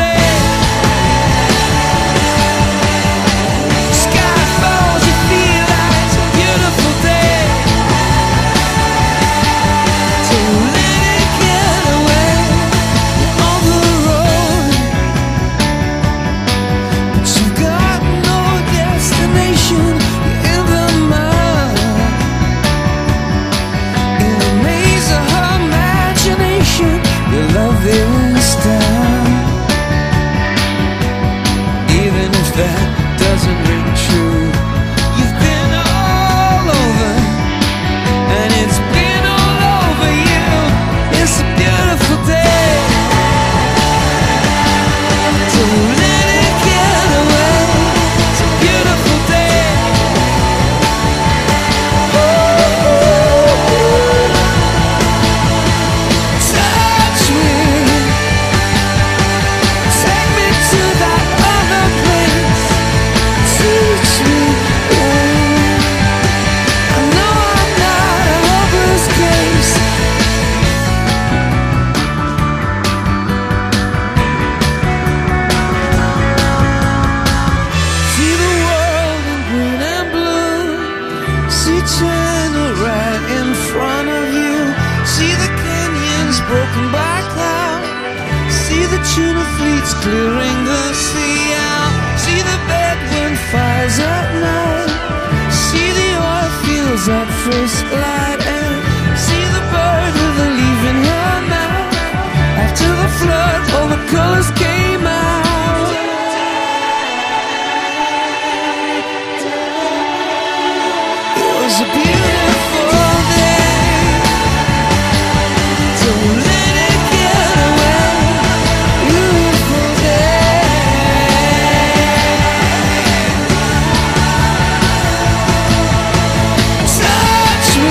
[SPEAKER 2] day. Sky falls, you feel that it's a beautiful day. To let it get away on the road. You've got no destination. You're in the mud, in the maze of her imagination. You love this town, even if that doesn't ring true. You've been all over, and it's been all over you. It's a beautiful day. So let it get away. It's a beautiful day. Touch me, take me to that other place. Teach me, I know I'm not a hopeless case. See the world in green and blue. See China right in front of you. See the canyons broken by cloud. See the tuna fleets clearing the sea out. See the bedwind fires at night. See the oil fields at first light. And see the bird with a leaf in her mouth. After the flood, all the colors came out. It was a beautiful day. Don't let it get away. Beautiful day. Touch me.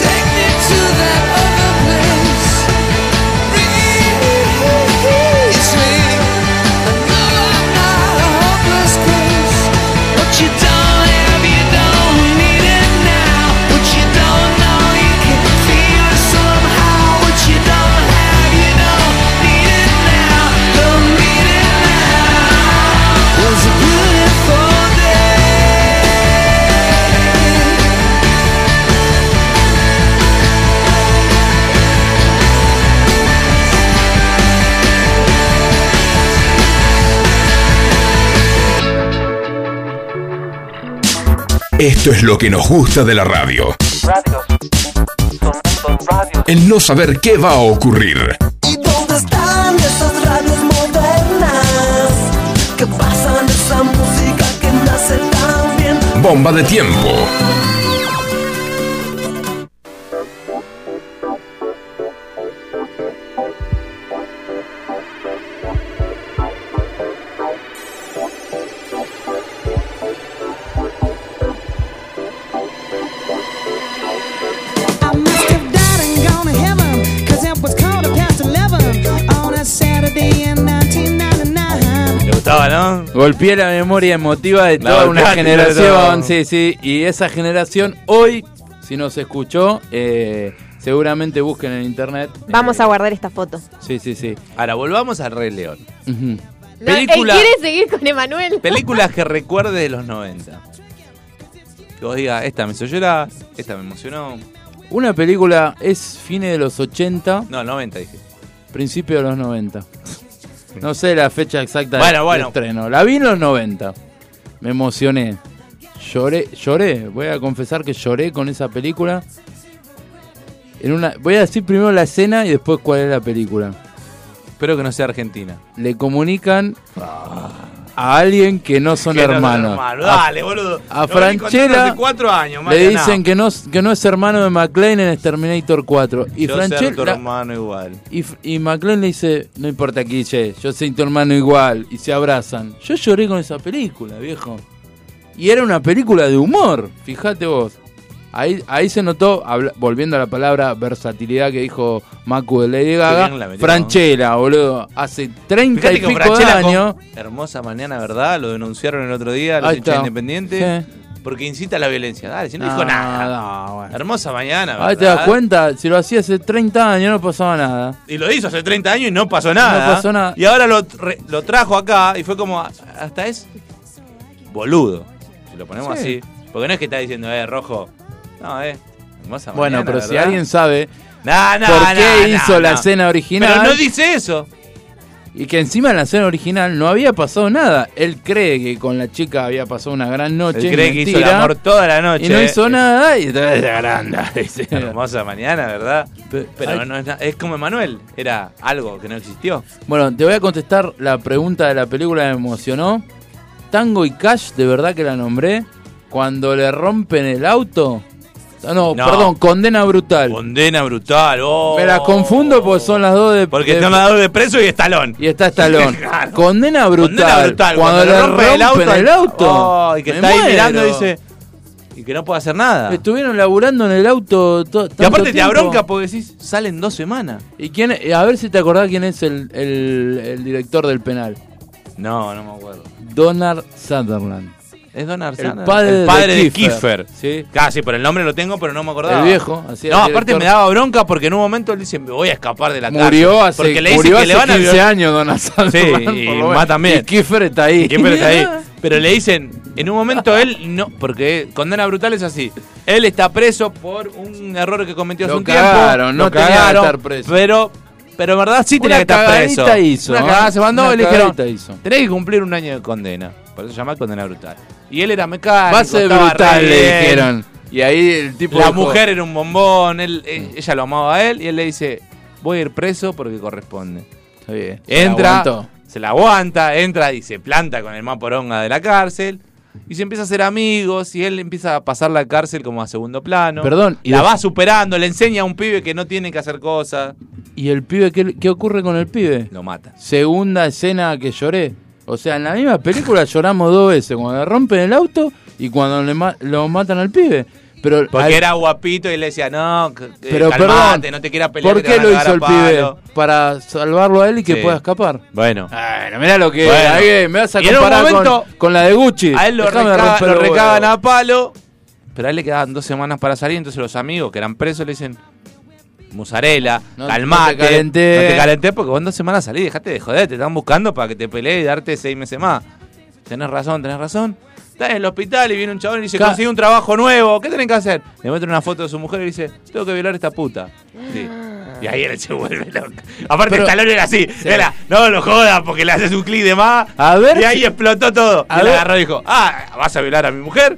[SPEAKER 2] Take me to that other place. Reach me. I know I'm not a hopeless case. What you don't have, you don't need it now. What you don't know, you can feel it somehow. What you don't have, you don't need it now. Don't need it now. Was a beautiful day.
[SPEAKER 1] Esto es lo que nos gusta de la radio. El no saber qué va a ocurrir.
[SPEAKER 2] ¿Y dónde está
[SPEAKER 1] bomba de tiempo.
[SPEAKER 2] I must have died and gone to heaven, 'cause it was quarter past 11 on a Saturday in 1999.
[SPEAKER 4] ¿Te gustaba, no?
[SPEAKER 5] Golpeé la memoria emotiva de
[SPEAKER 4] La
[SPEAKER 5] toda una
[SPEAKER 4] golpeaste, claro.
[SPEAKER 5] generación, sí, sí. Y esa generación hoy, si nos escuchó, eh, seguramente busquen en internet.
[SPEAKER 6] Vamos
[SPEAKER 5] eh,
[SPEAKER 6] a guardar esta foto.
[SPEAKER 5] Sí, sí, sí.
[SPEAKER 4] Ahora, volvamos al Rey León.
[SPEAKER 5] Ujú.
[SPEAKER 6] No, él
[SPEAKER 4] Película.
[SPEAKER 6] quiere seguir con Emanuel.
[SPEAKER 4] Películas que recuerde de los 90. Que vos digas, esta me hizo llorar, esta me emocionó.
[SPEAKER 5] Una película es fines de los 80,
[SPEAKER 4] No, 90 dije.
[SPEAKER 5] principio de los 90. No sé la fecha exacta
[SPEAKER 4] Bueno,
[SPEAKER 5] de,
[SPEAKER 4] bueno.
[SPEAKER 5] estreno. La vi en los 90. Me emocioné. Lloré, lloré. Voy a confesar que lloré con esa película. En una, voy a decir primero la escena y después cuál es la película.
[SPEAKER 4] Espero que no sea Argentina.
[SPEAKER 5] Le comunican a alguien que no son
[SPEAKER 4] Ah. Que no,
[SPEAKER 5] hermanos.
[SPEAKER 4] hermano, Dale, boludo.
[SPEAKER 5] a
[SPEAKER 4] Lo venís contando
[SPEAKER 5] Franchella
[SPEAKER 4] hace cuatro años,
[SPEAKER 5] Le dicen que no, que no es hermano de McLean en Terminator 4. Y
[SPEAKER 4] Y Franchella.
[SPEAKER 5] Franchella,
[SPEAKER 4] hermano igual.
[SPEAKER 5] Y, F- y McLean le dice, no importa Guille, yo soy tu hermano igual. Y se abrazan. Yo lloré con esa película, viejo. Y era una película de humor, fíjate vos. Ahí, ahí se notó, habla- volviendo a la palabra versatilidad que dijo Macu de Lady
[SPEAKER 4] bien la
[SPEAKER 5] Gaga,
[SPEAKER 4] metió.
[SPEAKER 5] Franchella, boludo. Hace 30
[SPEAKER 4] Fíjate
[SPEAKER 5] y
[SPEAKER 4] que
[SPEAKER 5] pico de
[SPEAKER 4] Franchella con
[SPEAKER 5] años.
[SPEAKER 4] Hermosa mañana, ¿verdad? Lo denunciaron el otro día, los
[SPEAKER 5] Ahí
[SPEAKER 4] hinchas
[SPEAKER 5] está.
[SPEAKER 4] independientes.
[SPEAKER 5] Sí.
[SPEAKER 4] Porque incita a la violencia. Dale, si no, dijo
[SPEAKER 5] No,
[SPEAKER 4] nada.
[SPEAKER 5] no, bueno.
[SPEAKER 4] Hermosa mañana, ¿verdad?
[SPEAKER 5] Ahí te das cuenta, si lo hacía hace 30 años no pasaba nada.
[SPEAKER 4] Y lo hizo hace 30 años y no pasó nada.
[SPEAKER 5] No pasó nada.
[SPEAKER 4] Y ahora lo, re- lo trajo acá y fue como, hasta es boludo. Si lo ponemos
[SPEAKER 5] Sí.
[SPEAKER 4] así. Porque no es que está diciendo, eh, rojo. No, eh. hermosa
[SPEAKER 5] Bueno,
[SPEAKER 4] mañana,
[SPEAKER 5] pero si
[SPEAKER 4] ¿verdad?
[SPEAKER 5] alguien sabe
[SPEAKER 4] Nah, nah,
[SPEAKER 5] por qué
[SPEAKER 4] nah,
[SPEAKER 5] hizo
[SPEAKER 4] nah,
[SPEAKER 5] la
[SPEAKER 4] nah.
[SPEAKER 5] escena original...
[SPEAKER 4] Pero no dice eso.
[SPEAKER 5] Y que encima en la escena original no había pasado nada. Él cree que con la chica había pasado una gran noche.
[SPEAKER 4] Él cree que hizo el
[SPEAKER 5] mentira,
[SPEAKER 4] amor toda la noche.
[SPEAKER 5] Y no
[SPEAKER 4] eh.
[SPEAKER 5] hizo nada y entonces se agranda. dice.
[SPEAKER 4] Hermosa mañana, ¿verdad?
[SPEAKER 5] Pe-
[SPEAKER 4] Pero
[SPEAKER 5] ay.
[SPEAKER 4] no es, na- es como Emanuel, era algo que no existió.
[SPEAKER 5] Bueno, te voy a contestar la pregunta de la película que me emocionó. Tango y Cash, de verdad que la nombré. Cuando le rompen el auto. No, no,
[SPEAKER 4] No.
[SPEAKER 5] perdón, condena brutal.
[SPEAKER 4] Condena brutal, oh.
[SPEAKER 5] Me las confundo porque son las dos de.
[SPEAKER 4] Porque
[SPEAKER 5] de-
[SPEAKER 4] están dado de preso y estalón.
[SPEAKER 5] Y está Estalón.
[SPEAKER 4] Claro.
[SPEAKER 5] Condena brutal.
[SPEAKER 4] Condena brutal.
[SPEAKER 5] Cuando, le rompen el auto.
[SPEAKER 4] Oh, y que
[SPEAKER 5] Me
[SPEAKER 4] está ahí
[SPEAKER 5] muero.
[SPEAKER 4] mirando y dice. Y que no puede hacer nada.
[SPEAKER 5] Estuvieron laburando en el auto. to-
[SPEAKER 4] Y
[SPEAKER 5] tanto
[SPEAKER 4] aparte te da
[SPEAKER 5] tiempo.
[SPEAKER 4] bronca porque decís, salen dos semanas.
[SPEAKER 5] ¿Y quién es? A ver si te acordás quién es el, el- el director del penal.
[SPEAKER 4] No, no me acuerdo.
[SPEAKER 5] Donald Sutherland.
[SPEAKER 4] Es Don
[SPEAKER 5] El
[SPEAKER 4] Arsana.
[SPEAKER 5] padre,
[SPEAKER 4] de Kiefer.
[SPEAKER 5] Sí.
[SPEAKER 4] Casi, por el nombre lo tengo, pero no me acordaba.
[SPEAKER 5] El viejo, así
[SPEAKER 4] No,
[SPEAKER 5] el
[SPEAKER 4] aparte
[SPEAKER 5] director.
[SPEAKER 4] me daba bronca porque en un momento él dice, me voy a escapar de la cárcel.
[SPEAKER 5] Murió hace,
[SPEAKER 4] porque le dicen
[SPEAKER 5] murió
[SPEAKER 4] que
[SPEAKER 5] hace
[SPEAKER 4] le van a
[SPEAKER 5] 15
[SPEAKER 4] violar.
[SPEAKER 5] años Donald Sutherland.
[SPEAKER 4] Sí,
[SPEAKER 5] por
[SPEAKER 4] y
[SPEAKER 5] lo menos.
[SPEAKER 4] más también.
[SPEAKER 5] Y Kiefer está ahí.
[SPEAKER 4] Kiefer está ahí. Pero le dicen, en un momento él no, porque condena brutal es así. Él está preso por un error que cometió hace
[SPEAKER 5] Lo
[SPEAKER 4] un tiempo.
[SPEAKER 5] cagaron, no tenía que
[SPEAKER 4] cagaron,
[SPEAKER 5] estar preso.
[SPEAKER 4] Pero, pero en verdad sí tenía
[SPEAKER 5] Una
[SPEAKER 4] que estar
[SPEAKER 5] cagadita
[SPEAKER 4] preso.
[SPEAKER 5] hizo,
[SPEAKER 4] Una
[SPEAKER 5] ¿no? Ah,
[SPEAKER 4] cagada se mandó
[SPEAKER 5] Una
[SPEAKER 4] y le dijeron,
[SPEAKER 5] cagadita hizo.
[SPEAKER 4] tenés que cumplir un año de condena. Por eso se llama condena brutal. Y él era mecánico.
[SPEAKER 5] Va a ser
[SPEAKER 4] estaba
[SPEAKER 5] brutal,
[SPEAKER 4] re
[SPEAKER 5] le
[SPEAKER 4] bien.
[SPEAKER 5] dijeron. Y ahí el tipo.
[SPEAKER 4] La
[SPEAKER 5] dijo,
[SPEAKER 4] mujer era un bombón, él, eh,
[SPEAKER 5] Mm.
[SPEAKER 4] ella lo amaba a él y él le dice, voy a ir preso porque corresponde.
[SPEAKER 5] Está bien.
[SPEAKER 4] Entra, se la,
[SPEAKER 5] aguantó.
[SPEAKER 4] aguanta, entra y se planta con el más poronga de la cárcel. Y se empieza a hacer amigos y él empieza a pasar la cárcel como a segundo plano.
[SPEAKER 5] Perdón, y
[SPEAKER 4] la
[SPEAKER 5] de-
[SPEAKER 4] va superando, le enseña a un pibe que no tiene que hacer cosas.
[SPEAKER 5] ¿Y el pibe? ¿qué, qué ocurre con el pibe?
[SPEAKER 4] Lo mata.
[SPEAKER 5] segunda escena que lloré. O sea, en la misma película lloramos dos veces, cuando le rompen el auto y cuando le ma- lo matan al pibe. Pero
[SPEAKER 4] Porque
[SPEAKER 5] al-
[SPEAKER 4] era guapito y le decía, no, c- eh,
[SPEAKER 5] pero
[SPEAKER 4] calmate,
[SPEAKER 5] perdón,
[SPEAKER 4] no te quieras pelear.
[SPEAKER 5] ¿Por
[SPEAKER 4] que te
[SPEAKER 5] qué
[SPEAKER 4] van a
[SPEAKER 5] lo
[SPEAKER 4] cagar
[SPEAKER 5] hizo el
[SPEAKER 4] a
[SPEAKER 5] pibe?
[SPEAKER 4] palo".
[SPEAKER 5] Para salvarlo a él y que
[SPEAKER 4] Sí.
[SPEAKER 5] pueda escapar.
[SPEAKER 4] Bueno.
[SPEAKER 5] Bueno, mirá lo que
[SPEAKER 4] Bueno.
[SPEAKER 5] era, eh, me vas a
[SPEAKER 4] Y en un
[SPEAKER 5] comparar
[SPEAKER 4] momento-
[SPEAKER 5] con, con la de Gucci.
[SPEAKER 4] A él lo,
[SPEAKER 5] Dejame
[SPEAKER 4] recaga-
[SPEAKER 5] romper
[SPEAKER 4] lo
[SPEAKER 5] los
[SPEAKER 4] recagan
[SPEAKER 5] huevos.
[SPEAKER 4] a palo. Pero a él le quedaban dos semanas para salir, entonces los amigos que eran presos le dicen, musarela,
[SPEAKER 5] No-
[SPEAKER 4] calmate,
[SPEAKER 5] no te calenté".
[SPEAKER 4] no te calenté porque vos en dos semanas salís, dejate de joder, te están buscando para que te pelees y darte seis meses más. Tenés razón, tenés razón. Estás en el hospital y viene un chabón y dice,
[SPEAKER 5] Ca-
[SPEAKER 4] consigue un trabajo nuevo, ¿qué tienen que hacer? Le meten una foto de su mujer y dice, tengo que violar a esta puta. Sí. Y ahí él se vuelve loco. Aparte, el
[SPEAKER 5] Pero-
[SPEAKER 4] talón era así. Era, no lo jodas porque le haces un clic de más.
[SPEAKER 5] A ver
[SPEAKER 4] Y
[SPEAKER 5] si-
[SPEAKER 4] ahí explotó todo.
[SPEAKER 5] A
[SPEAKER 4] y él
[SPEAKER 5] ver.
[SPEAKER 4] agarró y dijo, ah, vas a violar a mi mujer.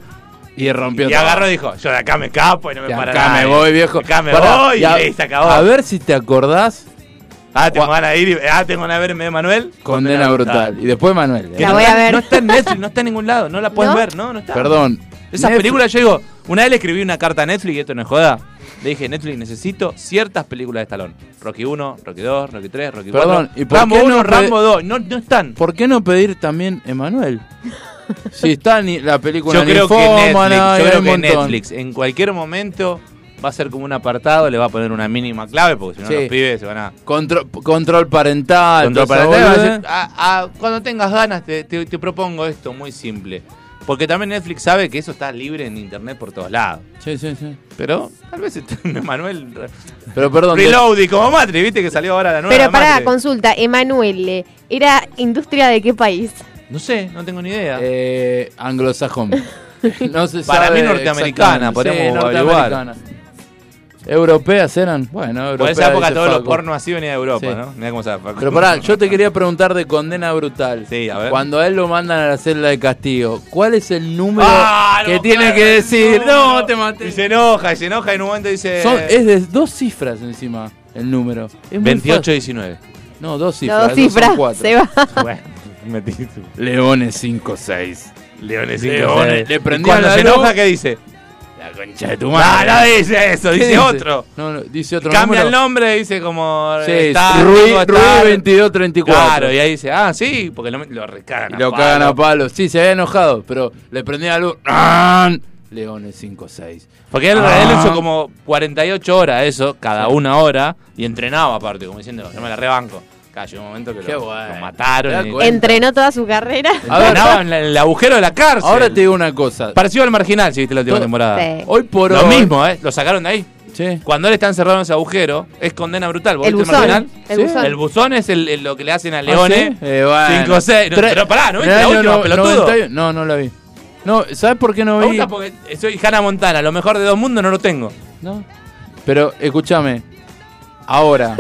[SPEAKER 5] Y rompió
[SPEAKER 4] y
[SPEAKER 5] todo.
[SPEAKER 4] agarró y dijo, yo de acá me escapo y no me
[SPEAKER 5] Y
[SPEAKER 4] para
[SPEAKER 5] acá
[SPEAKER 4] nadie.
[SPEAKER 5] me voy, viejo.
[SPEAKER 4] De Acá me
[SPEAKER 5] Pará,
[SPEAKER 4] voy y,
[SPEAKER 5] y a-
[SPEAKER 4] ahí se acabó.
[SPEAKER 5] A ver si te acordás,
[SPEAKER 4] ah, tengo ganas de ir. y- Ah, tengo ganas de verme de Manuel.
[SPEAKER 5] condena brutal. Y después Manuel. eh.
[SPEAKER 6] La voy a ver.
[SPEAKER 4] No está en Netflix, no está en ningún lado. No la puedes
[SPEAKER 6] ¿No?
[SPEAKER 4] ver, ¿no? No está.
[SPEAKER 5] Perdón,
[SPEAKER 4] Esas
[SPEAKER 5] Netflix.
[SPEAKER 4] películas, yo digo, una vez le escribí una carta a Netflix, y esto no es joda. Le dije, Netflix, necesito ciertas películas de Stallone. Rocky 1, Rocky 2, Rocky 3, Rocky 4.
[SPEAKER 5] Perdón, ¿y por
[SPEAKER 4] Rambo
[SPEAKER 5] qué
[SPEAKER 4] 1,
[SPEAKER 5] no puede-
[SPEAKER 4] Rambo 2. No, no están.
[SPEAKER 5] ¿Por qué no pedir también Emanuel? si está ni la película
[SPEAKER 4] Yo creo, que
[SPEAKER 5] Ninfómana,
[SPEAKER 4] Netflix,
[SPEAKER 5] y
[SPEAKER 4] yo creo
[SPEAKER 5] un
[SPEAKER 4] que
[SPEAKER 5] montón.
[SPEAKER 4] Netflix en cualquier momento va a ser como un apartado, le va a poner una mínima clave, porque si no
[SPEAKER 5] Sí. Ah,
[SPEAKER 4] los pibes se van a...
[SPEAKER 5] Control, control parental. ¿eh?
[SPEAKER 4] Control
[SPEAKER 5] toda esa
[SPEAKER 4] parental, va a
[SPEAKER 5] boludez.
[SPEAKER 4] decir, "Ah, ah, cuando tengas ganas te, te- te propongo esto, muy simple. Porque también Netflix sabe que eso está libre en internet por todos lados.
[SPEAKER 5] Sí, sí, sí.
[SPEAKER 4] Pero tal vez está Manuel re-
[SPEAKER 5] Pero perdón. te-
[SPEAKER 4] Reloaded como Matri, viste que salió ahora la nueva.
[SPEAKER 6] Pero pará,
[SPEAKER 4] Matrix.
[SPEAKER 6] consulta, Emanuel, eh, ¿era industria de qué país?
[SPEAKER 4] No sé, no tengo ni idea.
[SPEAKER 5] eh, anglosajón. No se
[SPEAKER 4] Para
[SPEAKER 5] sabe
[SPEAKER 4] mí norteamericana,
[SPEAKER 5] exactamente.
[SPEAKER 4] podríamos
[SPEAKER 5] Sí, norteamericana. ¿Europeas eran? Bueno, europeas.
[SPEAKER 4] por esa época
[SPEAKER 5] dice
[SPEAKER 4] todos los
[SPEAKER 5] Facu.
[SPEAKER 4] pornos así venían de Europa,
[SPEAKER 5] Sí.
[SPEAKER 4] ¿no? Mirá cómo sabe Facu.
[SPEAKER 5] Pero pará, yo te quería preguntar de condena brutal.
[SPEAKER 4] Sí, a ver.
[SPEAKER 5] Cuando a él lo mandan a la celda de castigo, ¿cuál es el número
[SPEAKER 4] Ah,
[SPEAKER 5] que
[SPEAKER 4] no,
[SPEAKER 5] tiene
[SPEAKER 4] claro,
[SPEAKER 5] que decir? No, te
[SPEAKER 4] Y
[SPEAKER 5] maté.
[SPEAKER 4] se enoja, y se enoja y en un momento dice.
[SPEAKER 5] Son- es de dos cifras encima el número. Es muy
[SPEAKER 4] 28
[SPEAKER 5] fácil.
[SPEAKER 4] y 19.
[SPEAKER 5] No, dos
[SPEAKER 6] No,
[SPEAKER 5] cifras.
[SPEAKER 6] dos
[SPEAKER 5] dos son
[SPEAKER 6] cifras,
[SPEAKER 5] cuatro.
[SPEAKER 6] se va.
[SPEAKER 4] bueno, metí su-
[SPEAKER 5] Leones 5-6.
[SPEAKER 4] Leones
[SPEAKER 5] Leones,
[SPEAKER 4] Leones.
[SPEAKER 5] le
[SPEAKER 4] Y
[SPEAKER 5] prendían
[SPEAKER 4] Cuando
[SPEAKER 5] la
[SPEAKER 4] se
[SPEAKER 5] luz.
[SPEAKER 4] enoja, ¿qué dice?
[SPEAKER 5] La concha de tu
[SPEAKER 4] Ah,
[SPEAKER 5] madre.
[SPEAKER 4] no dice eso, dice, otro.
[SPEAKER 5] No, no, dice otro
[SPEAKER 4] Cambia el
[SPEAKER 5] número.
[SPEAKER 4] nombre, dice como. eh,
[SPEAKER 5] Sí,
[SPEAKER 4] está,
[SPEAKER 5] Rui,
[SPEAKER 4] tengo que
[SPEAKER 5] Rui
[SPEAKER 4] estar.
[SPEAKER 5] 2234.
[SPEAKER 4] Claro, y ahí dice, ah, sí, porque lo, lo recagan.
[SPEAKER 5] Y
[SPEAKER 4] a
[SPEAKER 5] lo
[SPEAKER 4] palo.
[SPEAKER 5] cagan a palo. Sí, se había enojado, pero le prendía la luz. ¡Ah! Leones 5-6.
[SPEAKER 4] Porque él,
[SPEAKER 5] Ah.
[SPEAKER 4] él hizo como 48 horas eso, cada una hora, y entrenaba aparte, como diciendo, yo me la rebanco. Claro, llegó un momento que
[SPEAKER 5] Qué
[SPEAKER 4] lo,
[SPEAKER 5] bueno.
[SPEAKER 4] lo
[SPEAKER 5] Te das
[SPEAKER 4] mataron. y-
[SPEAKER 5] cuenta.
[SPEAKER 6] Entrenó toda su carrera.
[SPEAKER 4] Ah,
[SPEAKER 5] A ver,
[SPEAKER 4] Entrenaba en la- en el agujero de la cárcel.
[SPEAKER 5] ahora te digo una cosa.
[SPEAKER 4] Pareció al marginal, si viste la última
[SPEAKER 5] To-
[SPEAKER 4] temporada.
[SPEAKER 6] Sí.
[SPEAKER 5] Hoy por
[SPEAKER 4] Lo
[SPEAKER 5] hoy.
[SPEAKER 4] mismo, ¿eh? Lo sacaron de ahí.
[SPEAKER 5] Sí.
[SPEAKER 4] Cuando él está encerrado en ese agujero, es condena brutal. ¿Vos
[SPEAKER 6] El
[SPEAKER 4] viste
[SPEAKER 6] buzón,
[SPEAKER 4] marginal?
[SPEAKER 6] el
[SPEAKER 5] Sí.
[SPEAKER 6] buzón.
[SPEAKER 4] El buzón es el, el- lo que le hacen a
[SPEAKER 5] Leones
[SPEAKER 4] Leone.
[SPEAKER 5] Eh,
[SPEAKER 4] 5 6. pero pará, ¿no viste la última, pelotudo?
[SPEAKER 5] No, no la vi. No, ¿sabes por qué no
[SPEAKER 4] Me
[SPEAKER 5] vi?
[SPEAKER 4] gusta porque soy Hannah Montana, lo mejor de dos mundos no lo tengo.
[SPEAKER 5] No. Pero escúchame. Ahora.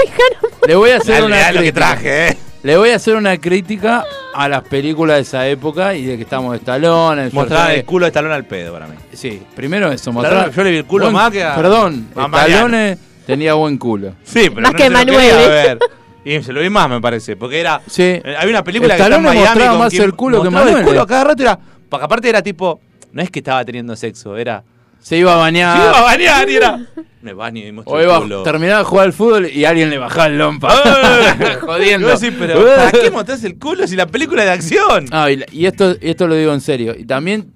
[SPEAKER 5] le voy a hacer
[SPEAKER 4] Dale,
[SPEAKER 5] una
[SPEAKER 4] dale lo que
[SPEAKER 5] crítica.
[SPEAKER 4] traje, eh.
[SPEAKER 5] Le voy a hacer una crítica a las películas de esa época y de que estamos de talones.
[SPEAKER 4] Mostrar el culo de talón al pedo para mí.
[SPEAKER 5] Sí, primero eso,
[SPEAKER 4] Claro,
[SPEAKER 5] mostrar.
[SPEAKER 4] yo le vi el culo
[SPEAKER 5] Buen-
[SPEAKER 4] más que a-
[SPEAKER 5] Perdón,
[SPEAKER 4] a Mariano.
[SPEAKER 5] Stallone tenía buen culo.
[SPEAKER 4] Sí, pero
[SPEAKER 6] Más
[SPEAKER 4] no
[SPEAKER 6] que
[SPEAKER 4] se lo
[SPEAKER 6] Emanuel.
[SPEAKER 4] quería ver. Y se lo vi más, me parece. Porque era.
[SPEAKER 5] Sí.
[SPEAKER 4] eh, Había una película
[SPEAKER 5] Stallone
[SPEAKER 4] que está en Miami
[SPEAKER 5] mostraba
[SPEAKER 4] con
[SPEAKER 5] más
[SPEAKER 4] quien
[SPEAKER 5] el culo que
[SPEAKER 4] mostraba el
[SPEAKER 5] Manuel. eh.
[SPEAKER 4] culo a cada rato era. Porque aparte era tipo. No es que estaba teniendo sexo, era.
[SPEAKER 5] Se iba a
[SPEAKER 4] "Sí,
[SPEAKER 5] bañar.
[SPEAKER 4] iba a bañar y era. Me baño y muestro
[SPEAKER 5] O
[SPEAKER 4] el
[SPEAKER 5] iba
[SPEAKER 4] culo.
[SPEAKER 5] a terminar de jugar al fútbol y alguien le bajaba el lompa.
[SPEAKER 4] ¡Eh!
[SPEAKER 5] Jodiendo.
[SPEAKER 4] Yo sí, pero
[SPEAKER 5] Eh.
[SPEAKER 4] ¿para qué mostrás el culo si la película es de acción?
[SPEAKER 5] Ah, y, la- y esto, y esto lo digo en serio. Y también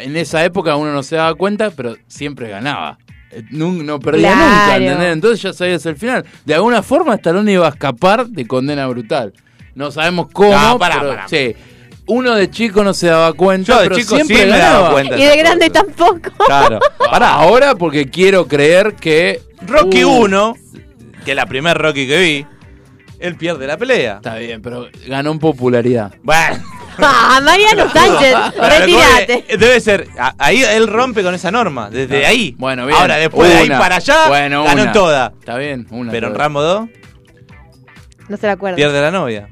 [SPEAKER 5] en esa época uno no se daba cuenta, pero siempre ganaba. Eh, nun- No, perdía nunca,
[SPEAKER 6] Claro.
[SPEAKER 5] ¿entendés? Entonces ya sabías el final. De alguna forma Stallone iba a escapar de condena brutal. No sabemos cómo,
[SPEAKER 4] No, pará,
[SPEAKER 5] pero
[SPEAKER 4] pará.
[SPEAKER 5] sí. Uno de chico no se daba cuenta,
[SPEAKER 4] Yo de
[SPEAKER 5] pero
[SPEAKER 4] chico
[SPEAKER 5] siempre
[SPEAKER 4] sí me
[SPEAKER 5] ganaba.
[SPEAKER 4] daba cuenta.
[SPEAKER 6] Y de grande tampoco.
[SPEAKER 4] Claro.
[SPEAKER 5] Pará, ahora porque quiero creer que
[SPEAKER 4] Rocky
[SPEAKER 5] Uh,
[SPEAKER 4] 1, que es la primer Rocky que vi, él pierde la pelea.
[SPEAKER 5] Está bien, pero ganó en popularidad.
[SPEAKER 4] Bueno.
[SPEAKER 6] Ah, Mariano Sánchez,
[SPEAKER 4] Pero lo que voy
[SPEAKER 6] retírate.
[SPEAKER 4] es- Debe ser. a- Ahí él rompe con esa norma. Desde
[SPEAKER 5] Está-
[SPEAKER 4] ahí.
[SPEAKER 5] Bueno, bien.
[SPEAKER 4] Ahora, después de ahí
[SPEAKER 5] Una.
[SPEAKER 4] para allá,
[SPEAKER 5] Bueno,
[SPEAKER 4] ganó
[SPEAKER 5] una.
[SPEAKER 4] toda.
[SPEAKER 5] Está bien, una.
[SPEAKER 4] Pero en
[SPEAKER 5] toda.
[SPEAKER 4] Rambo 2,
[SPEAKER 6] No se lo acuerdo.
[SPEAKER 4] pierde la novia.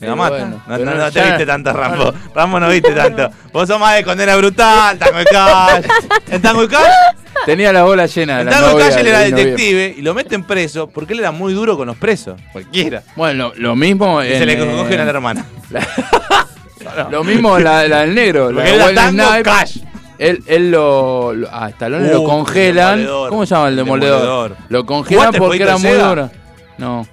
[SPEAKER 4] Me la
[SPEAKER 5] Sí,
[SPEAKER 4] mata.
[SPEAKER 5] bueno,
[SPEAKER 4] no,
[SPEAKER 5] pero
[SPEAKER 4] no- no te
[SPEAKER 5] ya-
[SPEAKER 4] viste tanto, Rambo. Rambo no viste tanto. Vos sos más de condena brutal, Tango y Cash. En Tango y Cash,
[SPEAKER 5] Tenía la bola llena. de
[SPEAKER 4] en
[SPEAKER 5] la
[SPEAKER 4] Tango y
[SPEAKER 5] novia
[SPEAKER 4] Cash él
[SPEAKER 5] del
[SPEAKER 4] era
[SPEAKER 5] novio.
[SPEAKER 4] detective y lo meten preso porque él era muy duro con los presos. Cualquiera.
[SPEAKER 5] Bueno, lo, lo mismo.
[SPEAKER 4] Y se
[SPEAKER 5] en,
[SPEAKER 4] le
[SPEAKER 5] eh,
[SPEAKER 4] cogen a la hermana.
[SPEAKER 5] Lo mismo la, la del negro. la
[SPEAKER 4] Porque él era
[SPEAKER 5] Weldon
[SPEAKER 4] Tango
[SPEAKER 5] Knife.
[SPEAKER 4] Cash.
[SPEAKER 5] Él, él lo, lo. Ah, Stallone lo
[SPEAKER 4] Uh,
[SPEAKER 5] congelan.
[SPEAKER 4] demoledor.
[SPEAKER 5] ¿Cómo se llama el demoledor?
[SPEAKER 4] Demoledor.
[SPEAKER 5] Lo congelan
[SPEAKER 4] ¿Jugaste el
[SPEAKER 5] porque era
[SPEAKER 4] jueguito de
[SPEAKER 5] muy
[SPEAKER 4] Sega?
[SPEAKER 5] duro. No,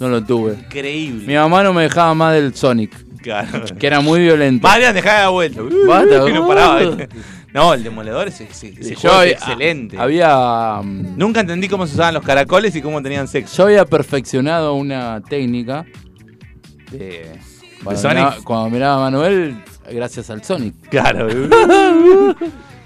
[SPEAKER 5] no lo tuve.
[SPEAKER 4] Increíble.
[SPEAKER 5] Mi mamá no me dejaba más del Sonic,
[SPEAKER 4] Claro.
[SPEAKER 5] que era muy violento.
[SPEAKER 4] Marian, dejá de vuelta.
[SPEAKER 5] Uh, Basta.
[SPEAKER 4] Y no paraba. ¿viste? No, el demoledor es, es- ese juego
[SPEAKER 5] Y
[SPEAKER 4] es
[SPEAKER 5] había-
[SPEAKER 4] excelente.
[SPEAKER 5] Había. mm,
[SPEAKER 4] Nunca entendí cómo se usaban los caracoles y cómo tenían sexo.
[SPEAKER 5] Yo había perfeccionado una técnica.
[SPEAKER 4] Eh,
[SPEAKER 5] Cuando,
[SPEAKER 4] Sonic?
[SPEAKER 5] miraba, cuando miraba a Manuel, gracias al Sonic.
[SPEAKER 4] claro.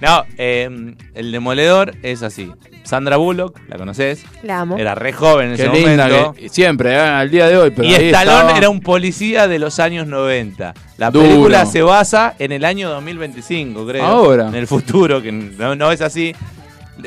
[SPEAKER 4] no, eh, el demoledor es así. Sandra Bullock, la conoces.
[SPEAKER 6] La amo.
[SPEAKER 4] Era re joven en
[SPEAKER 5] Qué
[SPEAKER 4] ese
[SPEAKER 5] linda
[SPEAKER 4] momento.
[SPEAKER 5] que- siempre, eh, al día de hoy. Pero
[SPEAKER 4] Y
[SPEAKER 5] ahí
[SPEAKER 4] Stallone
[SPEAKER 5] estaba.
[SPEAKER 4] era un policía de los años 90. La
[SPEAKER 5] Duro.
[SPEAKER 4] película se basa en el año 2025, creo.
[SPEAKER 5] Ahora.
[SPEAKER 4] En el futuro, que no, no es así.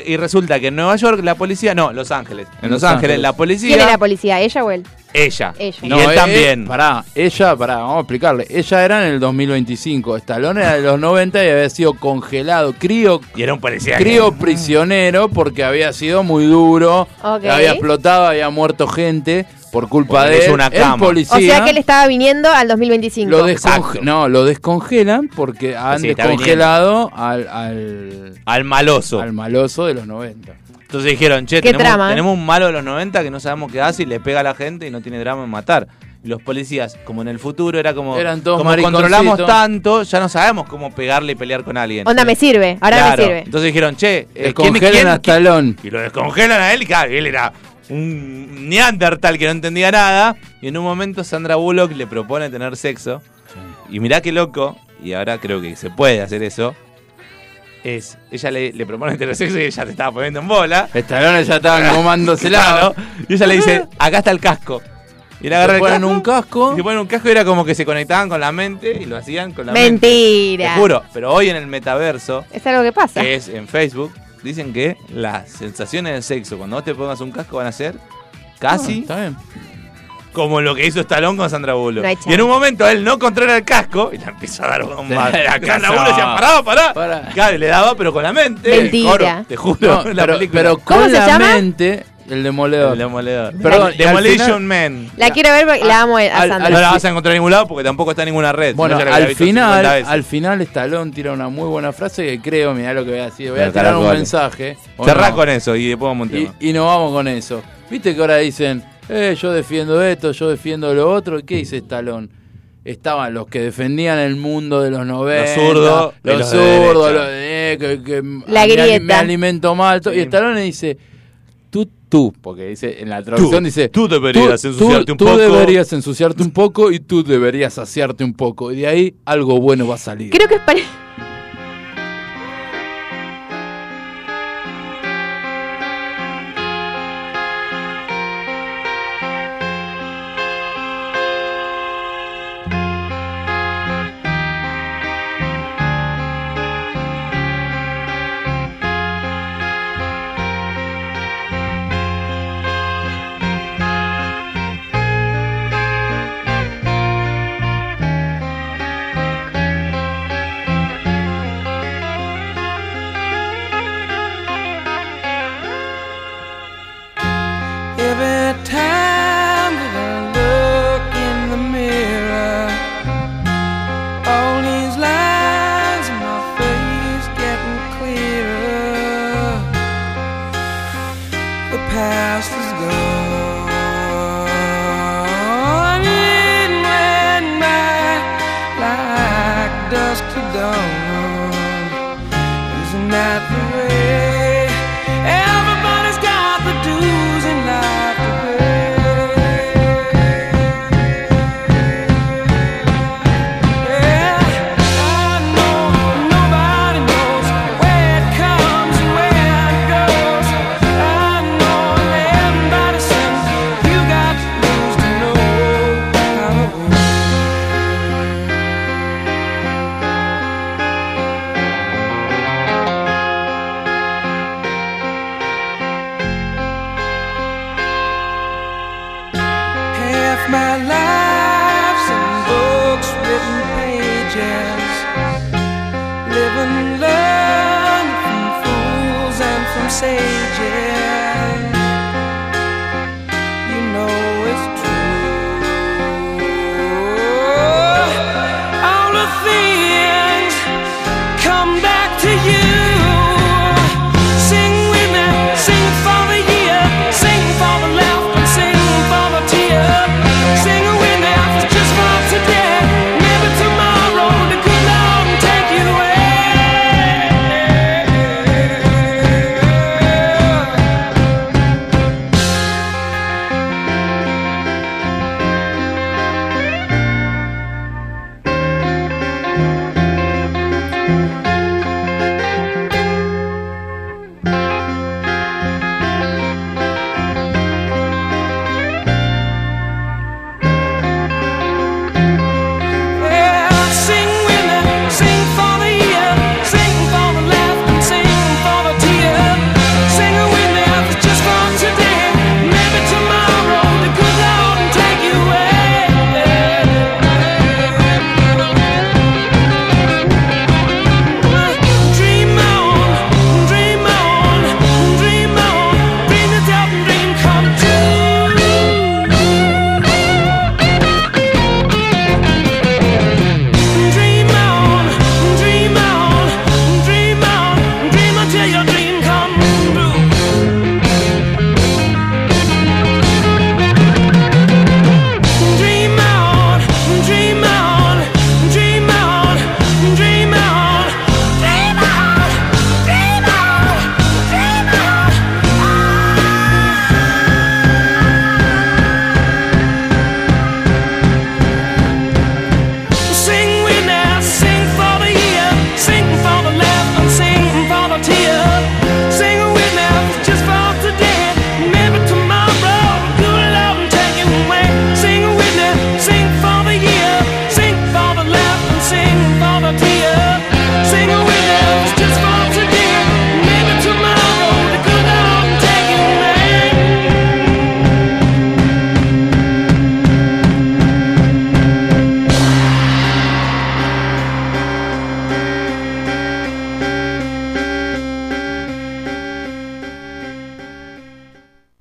[SPEAKER 4] Y resulta que en Nueva York la policía. No, Los Ángeles. En Los,
[SPEAKER 5] Los
[SPEAKER 4] Ángeles,
[SPEAKER 5] Ángeles.
[SPEAKER 4] la policía.
[SPEAKER 6] ¿Quién era la policía? ¿Ella o él?
[SPEAKER 4] Ella.
[SPEAKER 6] Ella.
[SPEAKER 4] Y
[SPEAKER 6] No,
[SPEAKER 4] él
[SPEAKER 5] eh,
[SPEAKER 4] también.
[SPEAKER 5] Pará, ella, pará, vamos a explicarle. Ella era en el 2025, Stallone era de los 90 y había sido congelado, crío,
[SPEAKER 4] Y era un policía.
[SPEAKER 5] crío prisionero porque había sido muy duro,
[SPEAKER 6] Ok.
[SPEAKER 5] había explotado, había muerto gente por culpa
[SPEAKER 4] Porque le
[SPEAKER 5] de él.
[SPEAKER 4] hizo una
[SPEAKER 5] El
[SPEAKER 4] cama.
[SPEAKER 5] policía.
[SPEAKER 6] O
[SPEAKER 4] ah.
[SPEAKER 6] sea que él estaba viniendo al 2025.
[SPEAKER 5] lo
[SPEAKER 4] Exacto.
[SPEAKER 5] desconge- no, lo descongelan porque han
[SPEAKER 4] Sí, está
[SPEAKER 5] descongelado al, al,
[SPEAKER 4] Al maloso.
[SPEAKER 5] al maloso de los 90.
[SPEAKER 4] Entonces dijeron, che,
[SPEAKER 6] Qué
[SPEAKER 4] tenemos,
[SPEAKER 6] trama, ¿eh?
[SPEAKER 4] tenemos un malo de los 90 que no sabemos qué hace y le pega a la gente y no tiene drama en matar. Y los policías, como en el futuro, era como,
[SPEAKER 5] Eran todos
[SPEAKER 4] como
[SPEAKER 5] mariconcitos.
[SPEAKER 4] controlamos tanto, ya no sabemos cómo pegarle y pelear con alguien.
[SPEAKER 6] Onda, me sirve. Ahora
[SPEAKER 4] Claro.
[SPEAKER 6] me sirve.
[SPEAKER 4] Entonces dijeron, che, eh, ¿quién-
[SPEAKER 5] Descongelan
[SPEAKER 4] quién-
[SPEAKER 5] a Stallone.
[SPEAKER 4] Y lo descongelan a él, y claro, él era un neandertal que no entendía nada. Y en un momento Sandra Bullock le propone tener sexo. Y mirá qué loco, y ahora creo que se puede hacer eso. Es, ella le, le propone tener sexo y ella te estaba poniendo en bola.
[SPEAKER 5] Stallone ya estaban comándosela.
[SPEAKER 4] Claro. Y ella le dice, acá está el casco. Y él agarra
[SPEAKER 5] Se
[SPEAKER 4] el
[SPEAKER 5] ponen
[SPEAKER 4] casco,
[SPEAKER 5] un
[SPEAKER 4] y
[SPEAKER 5] casco.
[SPEAKER 4] se ponen un casco y era como que se conectaban con la mente y lo hacían con la mente.
[SPEAKER 6] Mentira.
[SPEAKER 4] Te juro, Eh, pero hoy en el metaverso
[SPEAKER 6] Es algo que pasa.
[SPEAKER 4] que es en Facebook, dicen que las sensaciones del sexo, cuando vos te pongas un casco, van a ser casi
[SPEAKER 5] Está bien.
[SPEAKER 4] como lo que hizo Stallone con Sandra Bullock.
[SPEAKER 6] Ah, No hay
[SPEAKER 4] y en un momento él no controla el casco y la empieza a dar un
[SPEAKER 5] la casa.
[SPEAKER 4] Sandra Bullock decía, pará, pará.
[SPEAKER 5] Pará.
[SPEAKER 4] Claro, y le daba, pero con la mente.
[SPEAKER 6] Mentira.
[SPEAKER 4] Coro, te juro,
[SPEAKER 5] No,
[SPEAKER 4] la
[SPEAKER 5] pero,
[SPEAKER 4] película.
[SPEAKER 5] pero
[SPEAKER 6] ¿Cómo
[SPEAKER 5] con
[SPEAKER 6] se
[SPEAKER 5] la
[SPEAKER 6] llama?
[SPEAKER 5] mente, el demoledor.
[SPEAKER 4] El demoledor.
[SPEAKER 5] Perdón, y al
[SPEAKER 4] Demolition
[SPEAKER 5] final-
[SPEAKER 4] Man.
[SPEAKER 6] la quiero ver porque
[SPEAKER 4] Ah,
[SPEAKER 6] la amo a
[SPEAKER 5] al-
[SPEAKER 6] Sandra.
[SPEAKER 4] No la
[SPEAKER 5] fi-
[SPEAKER 4] vas a encontrar en ningún lado porque tampoco está en ninguna red.
[SPEAKER 5] Bueno,
[SPEAKER 4] si no, ya la
[SPEAKER 5] al
[SPEAKER 4] había visto 50
[SPEAKER 5] final,
[SPEAKER 4] veces.
[SPEAKER 5] al final Stallone tira una muy buena frase que creo, mirá lo que voy a decir, voy a
[SPEAKER 4] Pero
[SPEAKER 5] tirar un
[SPEAKER 4] caracoles.
[SPEAKER 5] mensaje. ¿o
[SPEAKER 4] Cerrá
[SPEAKER 5] no?
[SPEAKER 4] con eso y después vamos a un tema.
[SPEAKER 5] y, y nos vamos con eso. Viste que ahora dicen, eh, yo defiendo esto, yo defiendo lo otro. ¿Y qué dice Stallone? Estaban los que defendían el mundo de los 90.
[SPEAKER 4] zurdos y
[SPEAKER 5] Los,
[SPEAKER 4] los de
[SPEAKER 5] zurdos,
[SPEAKER 4] derecha.
[SPEAKER 5] los de- eh, que, que
[SPEAKER 6] La
[SPEAKER 5] me,
[SPEAKER 6] grieta.
[SPEAKER 5] me alimento mal. todo. Y Stallone dice, tú, tú, porque dice en la traducción dice,
[SPEAKER 4] tú deberías ensuciarte un poco.
[SPEAKER 5] Tú deberías ensuciarte un poco y tú deberías saciarte un poco. Y de ahí algo bueno va a salir.
[SPEAKER 6] Creo que es pare-
[SPEAKER 2] Every time that I look in the mirror, all these lines in my face getting clearer. The past is gone. It went by like dusk to dawn. Isn't that the way? Everybody's got the dues in life to pay. Yeah, I know nobody knows where it comes and where it goes. I know everybody says you got dues to know how it works. half my life Ah.